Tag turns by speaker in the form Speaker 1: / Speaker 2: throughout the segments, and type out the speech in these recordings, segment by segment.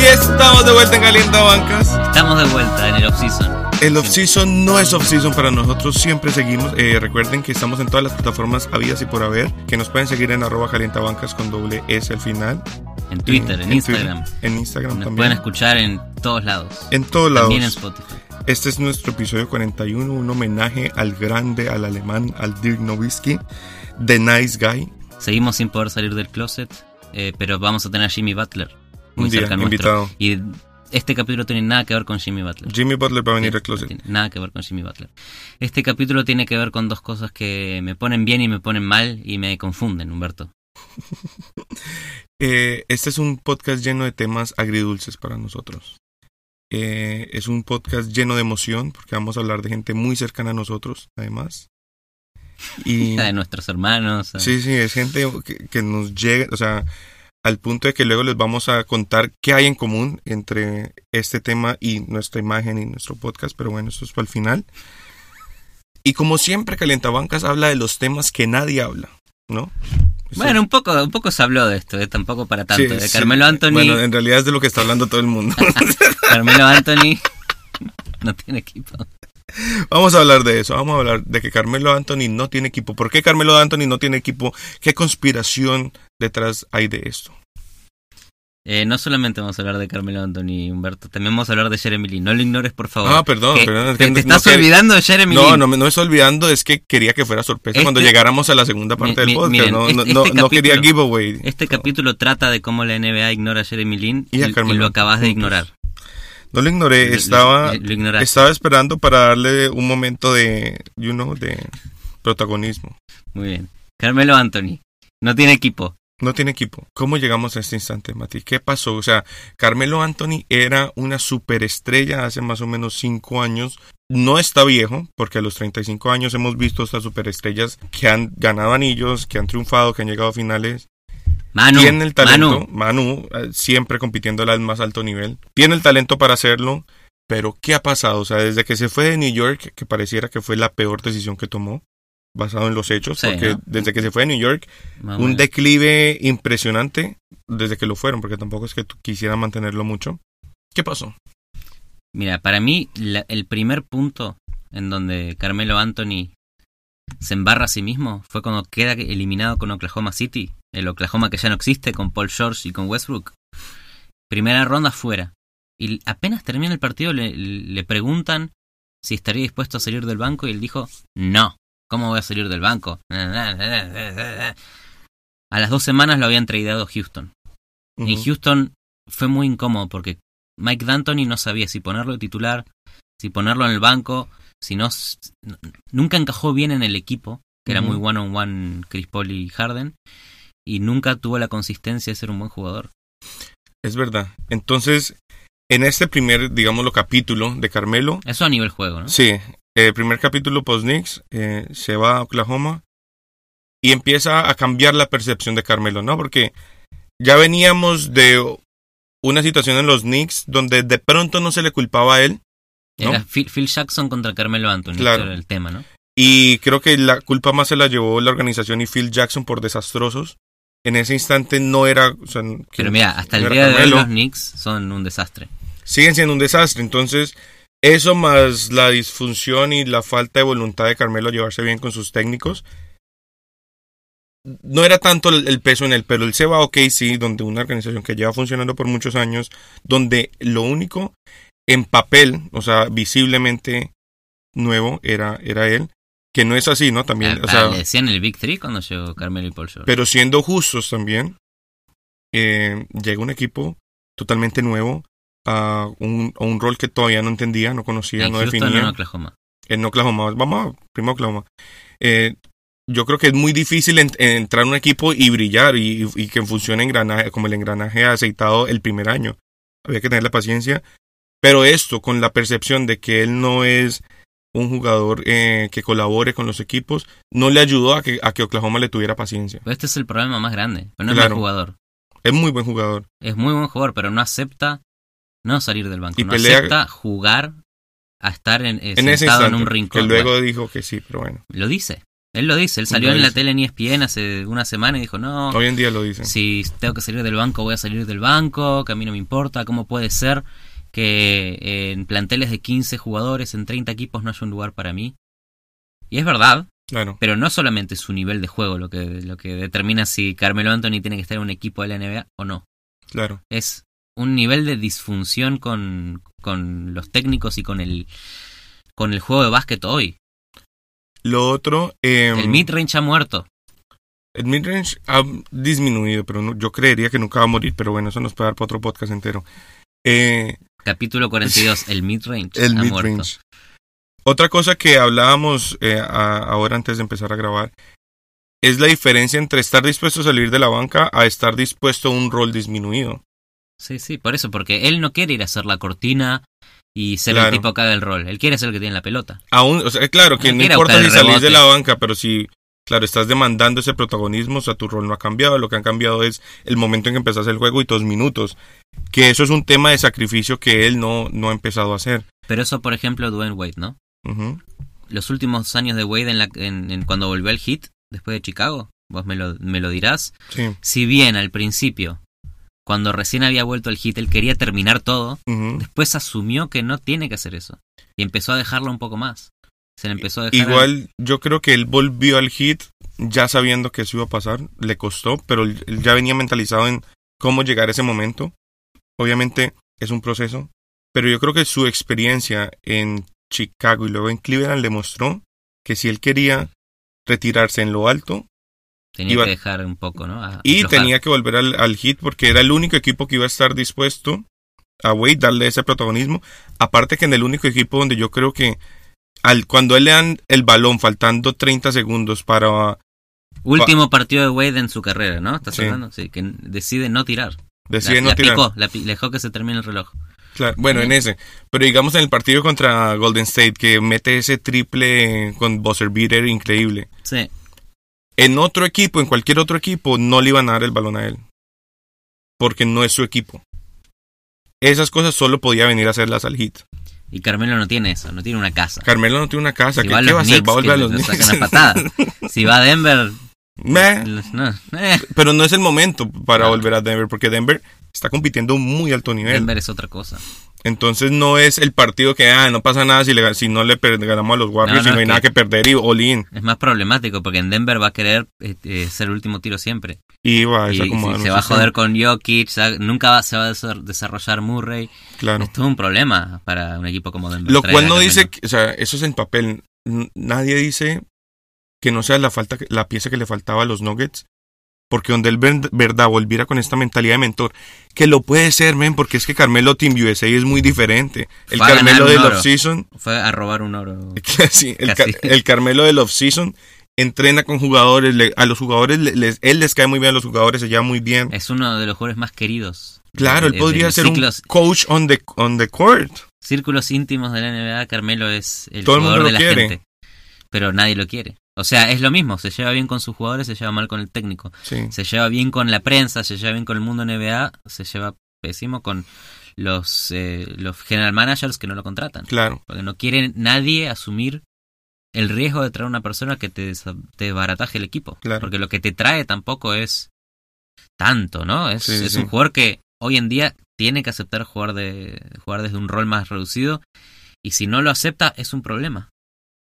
Speaker 1: Y estamos de vuelta en Calienta Bancas.
Speaker 2: Estamos de vuelta en el off-season.
Speaker 1: El off-season no es off-season para nosotros, siempre seguimos. Eh, recuerden que estamos en todas las plataformas habidas y por haber, que nos pueden seguir en arroba calientabancas con doble S al final.
Speaker 2: En Twitter, en,
Speaker 1: Twitter,
Speaker 2: Instagram.
Speaker 1: en Instagram
Speaker 2: Nos
Speaker 1: también.
Speaker 2: pueden escuchar en todos lados.
Speaker 1: En todos lados.
Speaker 2: También en Spotify.
Speaker 1: Este es nuestro episodio 41, un homenaje al grande, al alemán, al Dirk Nowitzki, The Nice Guy.
Speaker 2: Seguimos sin poder salir del closet, eh, pero vamos a tener a Jimmy Butler. Muy
Speaker 1: Un día,
Speaker 2: cerca
Speaker 1: invitado.
Speaker 2: nuestro. Y este capítulo tiene nada que ver con Jimmy Butler.
Speaker 1: Jimmy Butler va a venir
Speaker 2: Sí,
Speaker 1: al closet.
Speaker 2: no tiene Nada que ver con Jimmy Butler. Este capítulo tiene que ver con dos cosas que me ponen bien y me ponen mal y me confunden, Humberto.
Speaker 1: Eh, este es un podcast lleno de temas agridulces para nosotros. Eh, es un podcast lleno de emoción porque vamos a hablar de gente muy cercana a nosotros, además. Y
Speaker 2: La de nuestros hermanos.
Speaker 1: sí, sí, es gente que, que nos llega, o sea, al punto de que luego les vamos a contar qué hay en común entre este tema y nuestra imagen y nuestro podcast, pero bueno, esto es para el final. Y como siempre, Calientabancas habla de los temas que nadie habla, ¿no? Eso
Speaker 2: Bueno, un poco, un poco se habló de esto, eh, tampoco para tanto.
Speaker 1: Sí,
Speaker 2: de
Speaker 1: sí.
Speaker 2: Carmelo Anthony.
Speaker 1: Bueno, en realidad es de lo que está hablando todo el mundo.
Speaker 2: Carmelo Anthony. No tiene equipo.
Speaker 1: vamos a hablar de eso. Vamos a hablar de que Carmelo Anthony no tiene equipo. ¿Por qué Carmelo Anthony no tiene equipo? ¿Qué conspiración detrás hay de esto?
Speaker 2: Eh, no solamente vamos a hablar de Carmelo Anthony, Humberto, también vamos a hablar de Jeremy Lin. No lo ignores, por favor.
Speaker 1: Ah, perdón,
Speaker 2: Oh, Que-
Speaker 1: perdón, es
Speaker 2: que
Speaker 1: que
Speaker 2: te
Speaker 1: no
Speaker 2: estás
Speaker 1: quer-
Speaker 2: olvidando de Jeremy
Speaker 1: No,
Speaker 2: Lin.
Speaker 1: no me, no me estoy olvidando, es que quería que fuera sorpresa
Speaker 2: Este-
Speaker 1: cuando llegáramos a la segunda parte
Speaker 2: Mi-
Speaker 1: del
Speaker 2: mi-
Speaker 1: podcast.
Speaker 2: miren,
Speaker 1: no,
Speaker 2: este-
Speaker 1: no,
Speaker 2: este
Speaker 1: no- no quería
Speaker 2: capítulo-
Speaker 1: giveaway.
Speaker 2: Este capítulo trata de cómo la NBA ignora a Jeremy Lin
Speaker 1: Y
Speaker 2: y,
Speaker 1: a Carmelo
Speaker 2: y lo acabas de
Speaker 1: juntos.
Speaker 2: ignorar.
Speaker 1: No lo
Speaker 2: Lo-
Speaker 1: ignoré,
Speaker 2: lo-
Speaker 1: estaba,
Speaker 2: lo, ignoraste.
Speaker 1: estaba esperando para darle un momento de, you know, de protagonismo.
Speaker 2: Muy bien. Carmelo Anthony. No tiene equipo.
Speaker 1: No tiene equipo. ¿Cómo llegamos a este instante, Mati? ¿Qué pasó? O sea, Carmelo Anthony era una superestrella hace más o menos cinco años. No está viejo, porque a los 35 años hemos visto estas superestrellas que han ganado anillos, que han triunfado, que han llegado a finales.
Speaker 2: Manu.
Speaker 1: tiene el talento.
Speaker 2: Manu.
Speaker 1: Manu, eh, siempre compitiendo al más alto nivel. Tiene el talento para hacerlo. Pero, ¿qué ha pasado? O sea, desde que se fue de New York, que pareciera que fue la peor decisión que tomó, basado en los hechos,
Speaker 2: Sí,
Speaker 1: porque
Speaker 2: ¿no?
Speaker 1: desde que se fue de New York,
Speaker 2: Más o
Speaker 1: un
Speaker 2: menos.
Speaker 1: declive impresionante desde que lo fueron, porque tampoco es que tú quisiera mantenerlo mucho. ¿Qué pasó?
Speaker 2: Mira, para mí la- el primer punto en donde Carmelo Anthony se embarra a sí mismo fue cuando queda eliminado con Oklahoma City, el Oklahoma que ya no existe con Paul George y con Westbrook. Primera ronda fuera. Y apenas termina el partido le, le preguntan si estaría dispuesto a salir del banco y él dijo, no, ¿cómo voy a salir del banco? A las dos semanas lo habían traído a Houston. En
Speaker 1: Ujú.
Speaker 2: Houston fue muy incómodo porque Mike D'Antoni no sabía si ponerlo de titular, si ponerlo en el banco, si no. s- n- Nunca encajó bien en el equipo, que era
Speaker 1: Ujú.
Speaker 2: muy one on one Chris Paul y Harden, y nunca tuvo la consistencia de ser un buen jugador.
Speaker 1: Es verdad. Entonces, en este primer, digámoslo, capítulo de Carmelo,
Speaker 2: Eso a nivel juego, ¿no?
Speaker 1: sí, el primer capítulo post Knicks, eh, se va a Oklahoma y empieza a cambiar la percepción de Carmelo, ¿no? Porque ya veníamos de una situación en los Knicks donde de pronto no se le culpaba a él ¿no?
Speaker 2: Era Phil, Phil Jackson contra Carmelo Anthony,
Speaker 1: Claro.
Speaker 2: ese era el tema, ¿no?
Speaker 1: Y creo que la culpa más se la llevó la organización y Phil Jackson por desastrosos. En ese instante no era... o sea, que-
Speaker 2: Pero mira, hasta el
Speaker 1: era
Speaker 2: día de hoy
Speaker 1: Carmelo.
Speaker 2: los Knicks son un desastre.
Speaker 1: Siguen siendo un desastre. Entonces, eso más la disfunción y la falta de voluntad de Carmelo a llevarse bien con sus técnicos. No era tanto el el peso en él, pero él se va a OKC, donde una organización que lleva funcionando por muchos años, donde lo único en papel, o sea, visiblemente nuevo, era, era él, que no es así, ¿no? También,
Speaker 2: Ah,
Speaker 1: o sea,
Speaker 2: le decían el Big Three cuando llegó Carmelo y Paul George.
Speaker 1: pero siendo justos también, eh, llega un equipo totalmente nuevo a un, a un rol que todavía no entendía, no conocía,
Speaker 2: en
Speaker 1: no
Speaker 2: Houston,
Speaker 1: definía.
Speaker 2: en Oklahoma.
Speaker 1: En Oklahoma, vamos a primero Oklahoma. Eh, yo creo que es muy difícil en- entrar a un equipo y brillar y, y que funcione engranaje, como el engranaje aceitado el primer año. Había que tener la paciencia. Pero esto, con la percepción de que él no es un jugador eh, que colabore con los equipos, no le ayudó a que, a que Oklahoma le tuviera paciencia.
Speaker 2: Pero Este es el problema más grande. Pero no es
Speaker 1: Claro.
Speaker 2: mal jugador.
Speaker 1: Es muy buen jugador.
Speaker 2: Es muy buen jugador, pero no acepta no salir del banco.
Speaker 1: Y
Speaker 2: no
Speaker 1: pelea-
Speaker 2: acepta jugar a estar en, eh,
Speaker 1: en ese
Speaker 2: sentado
Speaker 1: instante.
Speaker 2: en un
Speaker 1: que
Speaker 2: rincón.
Speaker 1: luego
Speaker 2: Bueno,
Speaker 1: dijo que sí, pero bueno.
Speaker 2: Lo dice. Él lo dice. Él salió
Speaker 1: Lo
Speaker 2: en la
Speaker 1: dice.
Speaker 2: tele en E ESPN hace una semana y dijo, no,
Speaker 1: Hoy en día lo dicen.
Speaker 2: si tengo que salir del banco, voy a salir del banco, que a mí no me importa, cómo puede ser que eh, en planteles de 15 jugadores, en 30 equipos, no haya un lugar para mí. Y es verdad,
Speaker 1: Claro.
Speaker 2: pero no solamente su nivel de juego lo que, lo que determina si Carmelo Anthony tiene que estar en un equipo de la NBA o no.
Speaker 1: Claro.
Speaker 2: Es un nivel de disfunción con, con los técnicos y con el, con el juego de básquet hoy.
Speaker 1: Lo otro. em,
Speaker 2: El midrange ha muerto.
Speaker 1: el midrange ha disminuido, pero no- yo creería que nunca va a morir. Pero bueno, eso nos puede dar para otro podcast entero. Eh,
Speaker 2: Capítulo 42, el midrange
Speaker 1: el
Speaker 2: ha muerto.
Speaker 1: midrange. Otra cosa que hablábamos eh, a- ahora antes de empezar a grabar es la diferencia entre estar dispuesto a salir de la banca a estar dispuesto a un rol disminuido.
Speaker 2: Sí, sí, por eso, porque él no quiere ir a hacer la cortina y ser el
Speaker 1: Claro.
Speaker 2: tipo que haga el rol. Él quiere ser el que tiene la pelota.
Speaker 1: Aún, o sea, claro, que
Speaker 2: No
Speaker 1: no,
Speaker 2: quiere
Speaker 1: importa
Speaker 2: buscar
Speaker 1: si
Speaker 2: el
Speaker 1: salís de
Speaker 2: rebote.
Speaker 1: la banca, pero si, claro, estás demandando ese protagonismo, o sea, tu rol no ha cambiado, lo que han cambiado es el momento en que empezás el juego y tus minutos. Que eso es un tema de sacrificio que él no, no ha empezado a hacer.
Speaker 2: Pero eso, por ejemplo, Dwayne Wade, ¿no?
Speaker 1: Ujú.
Speaker 2: Los últimos años de Wade en la, en, en cuando volvió al hit, después de Chicago, vos me lo, me lo dirás.
Speaker 1: Sí.
Speaker 2: Si bien al principio, cuando recién había vuelto al hit, él quería terminar todo,
Speaker 1: Ujú.
Speaker 2: después asumió que no tiene que hacer eso. Y empezó a dejarlo un poco más. Se le empezó a dejar...
Speaker 1: Igual yo creo que él volvió al hit ya sabiendo que eso iba a pasar, le costó, pero él él ya venía mentalizado en cómo llegar a ese momento. Obviamente es un proceso, pero yo creo que su experiencia en Chicago y luego en Cleveland le mostró que si él quería retirarse en lo alto
Speaker 2: tenía
Speaker 1: iba-
Speaker 2: que dejar un poco, ¿no? A-
Speaker 1: y
Speaker 2: aflojar.
Speaker 1: tenía que volver al, al hit porque era el único equipo que iba a estar dispuesto a Wade darle ese protagonismo. Aparte que en el único equipo donde yo creo que al, cuando a él le dan el balón faltando 30 segundos para
Speaker 2: Último partido de Wade en su carrera, ¿no? ¿Estás
Speaker 1: Sí.
Speaker 2: hablando? Sí, que decide no tirar.
Speaker 1: decide
Speaker 2: la,
Speaker 1: no
Speaker 2: la
Speaker 1: tirar.
Speaker 2: picó, la, pi- dejó que se termine el reloj.
Speaker 1: Claro, bueno, en ese. Pero digamos en el partido contra Golden State que mete ese triple con buzzer beater increíble.
Speaker 2: Sí.
Speaker 1: En otro equipo, en cualquier otro equipo, no le iban a dar el balón a él. Porque no es su equipo. Esas cosas solo podía venir a hacerlas al hit.
Speaker 2: Y Carmelo no tiene eso, no tiene una casa.
Speaker 1: Carmelo no tiene una casa.
Speaker 2: Si
Speaker 1: ¿Qué,
Speaker 2: va a
Speaker 1: qué
Speaker 2: los
Speaker 1: va a hacer?
Speaker 2: Knicks,
Speaker 1: ¿Va a volver
Speaker 2: que
Speaker 1: a los
Speaker 2: le sacan
Speaker 1: Knicks?
Speaker 2: a patadas. Si va a Denver,
Speaker 1: Meh,
Speaker 2: los- no. Eh,
Speaker 1: pero no es el momento para
Speaker 2: Claro.
Speaker 1: volver a Denver, porque Denver está compitiendo a un muy alto nivel.
Speaker 2: Denver es otra cosa.
Speaker 1: Entonces no es el partido que, ah, no pasa nada si, le- si no le per- ganamos a los Warriors
Speaker 2: No, no,
Speaker 1: y no hay
Speaker 2: es
Speaker 1: nada
Speaker 2: que-
Speaker 1: que perder y all-in.
Speaker 2: Es más problemático porque en Denver va a querer eh, eh, ser el último tiro siempre.
Speaker 1: Y va a
Speaker 2: Y,
Speaker 1: desacomodar
Speaker 2: y
Speaker 1: un
Speaker 2: se va a
Speaker 1: sistema.
Speaker 2: joder con Jokic, sa- nunca va- se va a desa- desarrollar Murray.
Speaker 1: Claro.
Speaker 2: Es todo un problema para un equipo como Denver.
Speaker 1: Lo
Speaker 2: traer
Speaker 1: cual
Speaker 2: a
Speaker 1: no
Speaker 2: Carmelo.
Speaker 1: dice, que- o sea, eso es en papel. N- Nadie dice que no sea la falta, que- la pieza que le faltaba a los Nuggets. Porque donde él ver- verdad volviera con esta mentalidad de mentor, que lo puede ser, men, porque es que Carmelo Team USA es muy diferente. El
Speaker 2: Va a ganar
Speaker 1: Carmelo
Speaker 2: un
Speaker 1: del
Speaker 2: oro.
Speaker 1: off-season,
Speaker 2: Fue a robar un oro.
Speaker 1: sí, el, Car-
Speaker 2: Casi.
Speaker 1: el Carmelo del off-season entrena con jugadores, le- a los jugadores, le- les- él les cae muy bien a los jugadores, se lleva muy bien.
Speaker 2: Es uno de los jugadores más queridos.
Speaker 1: Claro, él
Speaker 2: De- de- de
Speaker 1: podría
Speaker 2: Eh, los
Speaker 1: ser un
Speaker 2: ciclos-
Speaker 1: coach on the, on the court.
Speaker 2: círculos íntimos de la NBA, Carmelo es el
Speaker 1: Todo el mundo lo
Speaker 2: jugador de la
Speaker 1: quiere.
Speaker 2: gente. Pero nadie lo quiere. O sea, es lo mismo, se lleva bien con sus jugadores, se lleva mal con el técnico.
Speaker 1: Sí.
Speaker 2: Se lleva bien con la prensa, se lleva bien con el mundo NBA, se lleva pésimo con los, eh, los general managers que no lo contratan.
Speaker 1: Claro.
Speaker 2: Porque no quiere nadie asumir el riesgo de traer una persona que te, desa- te barataje el equipo.
Speaker 1: Claro.
Speaker 2: Porque lo que te trae tampoco es tanto, ¿no? Es,
Speaker 1: Sí, sí,
Speaker 2: es
Speaker 1: sí.
Speaker 2: un jugador que hoy en día tiene que aceptar jugar, de, jugar desde un rol más reducido. Y si no lo acepta, es un problema.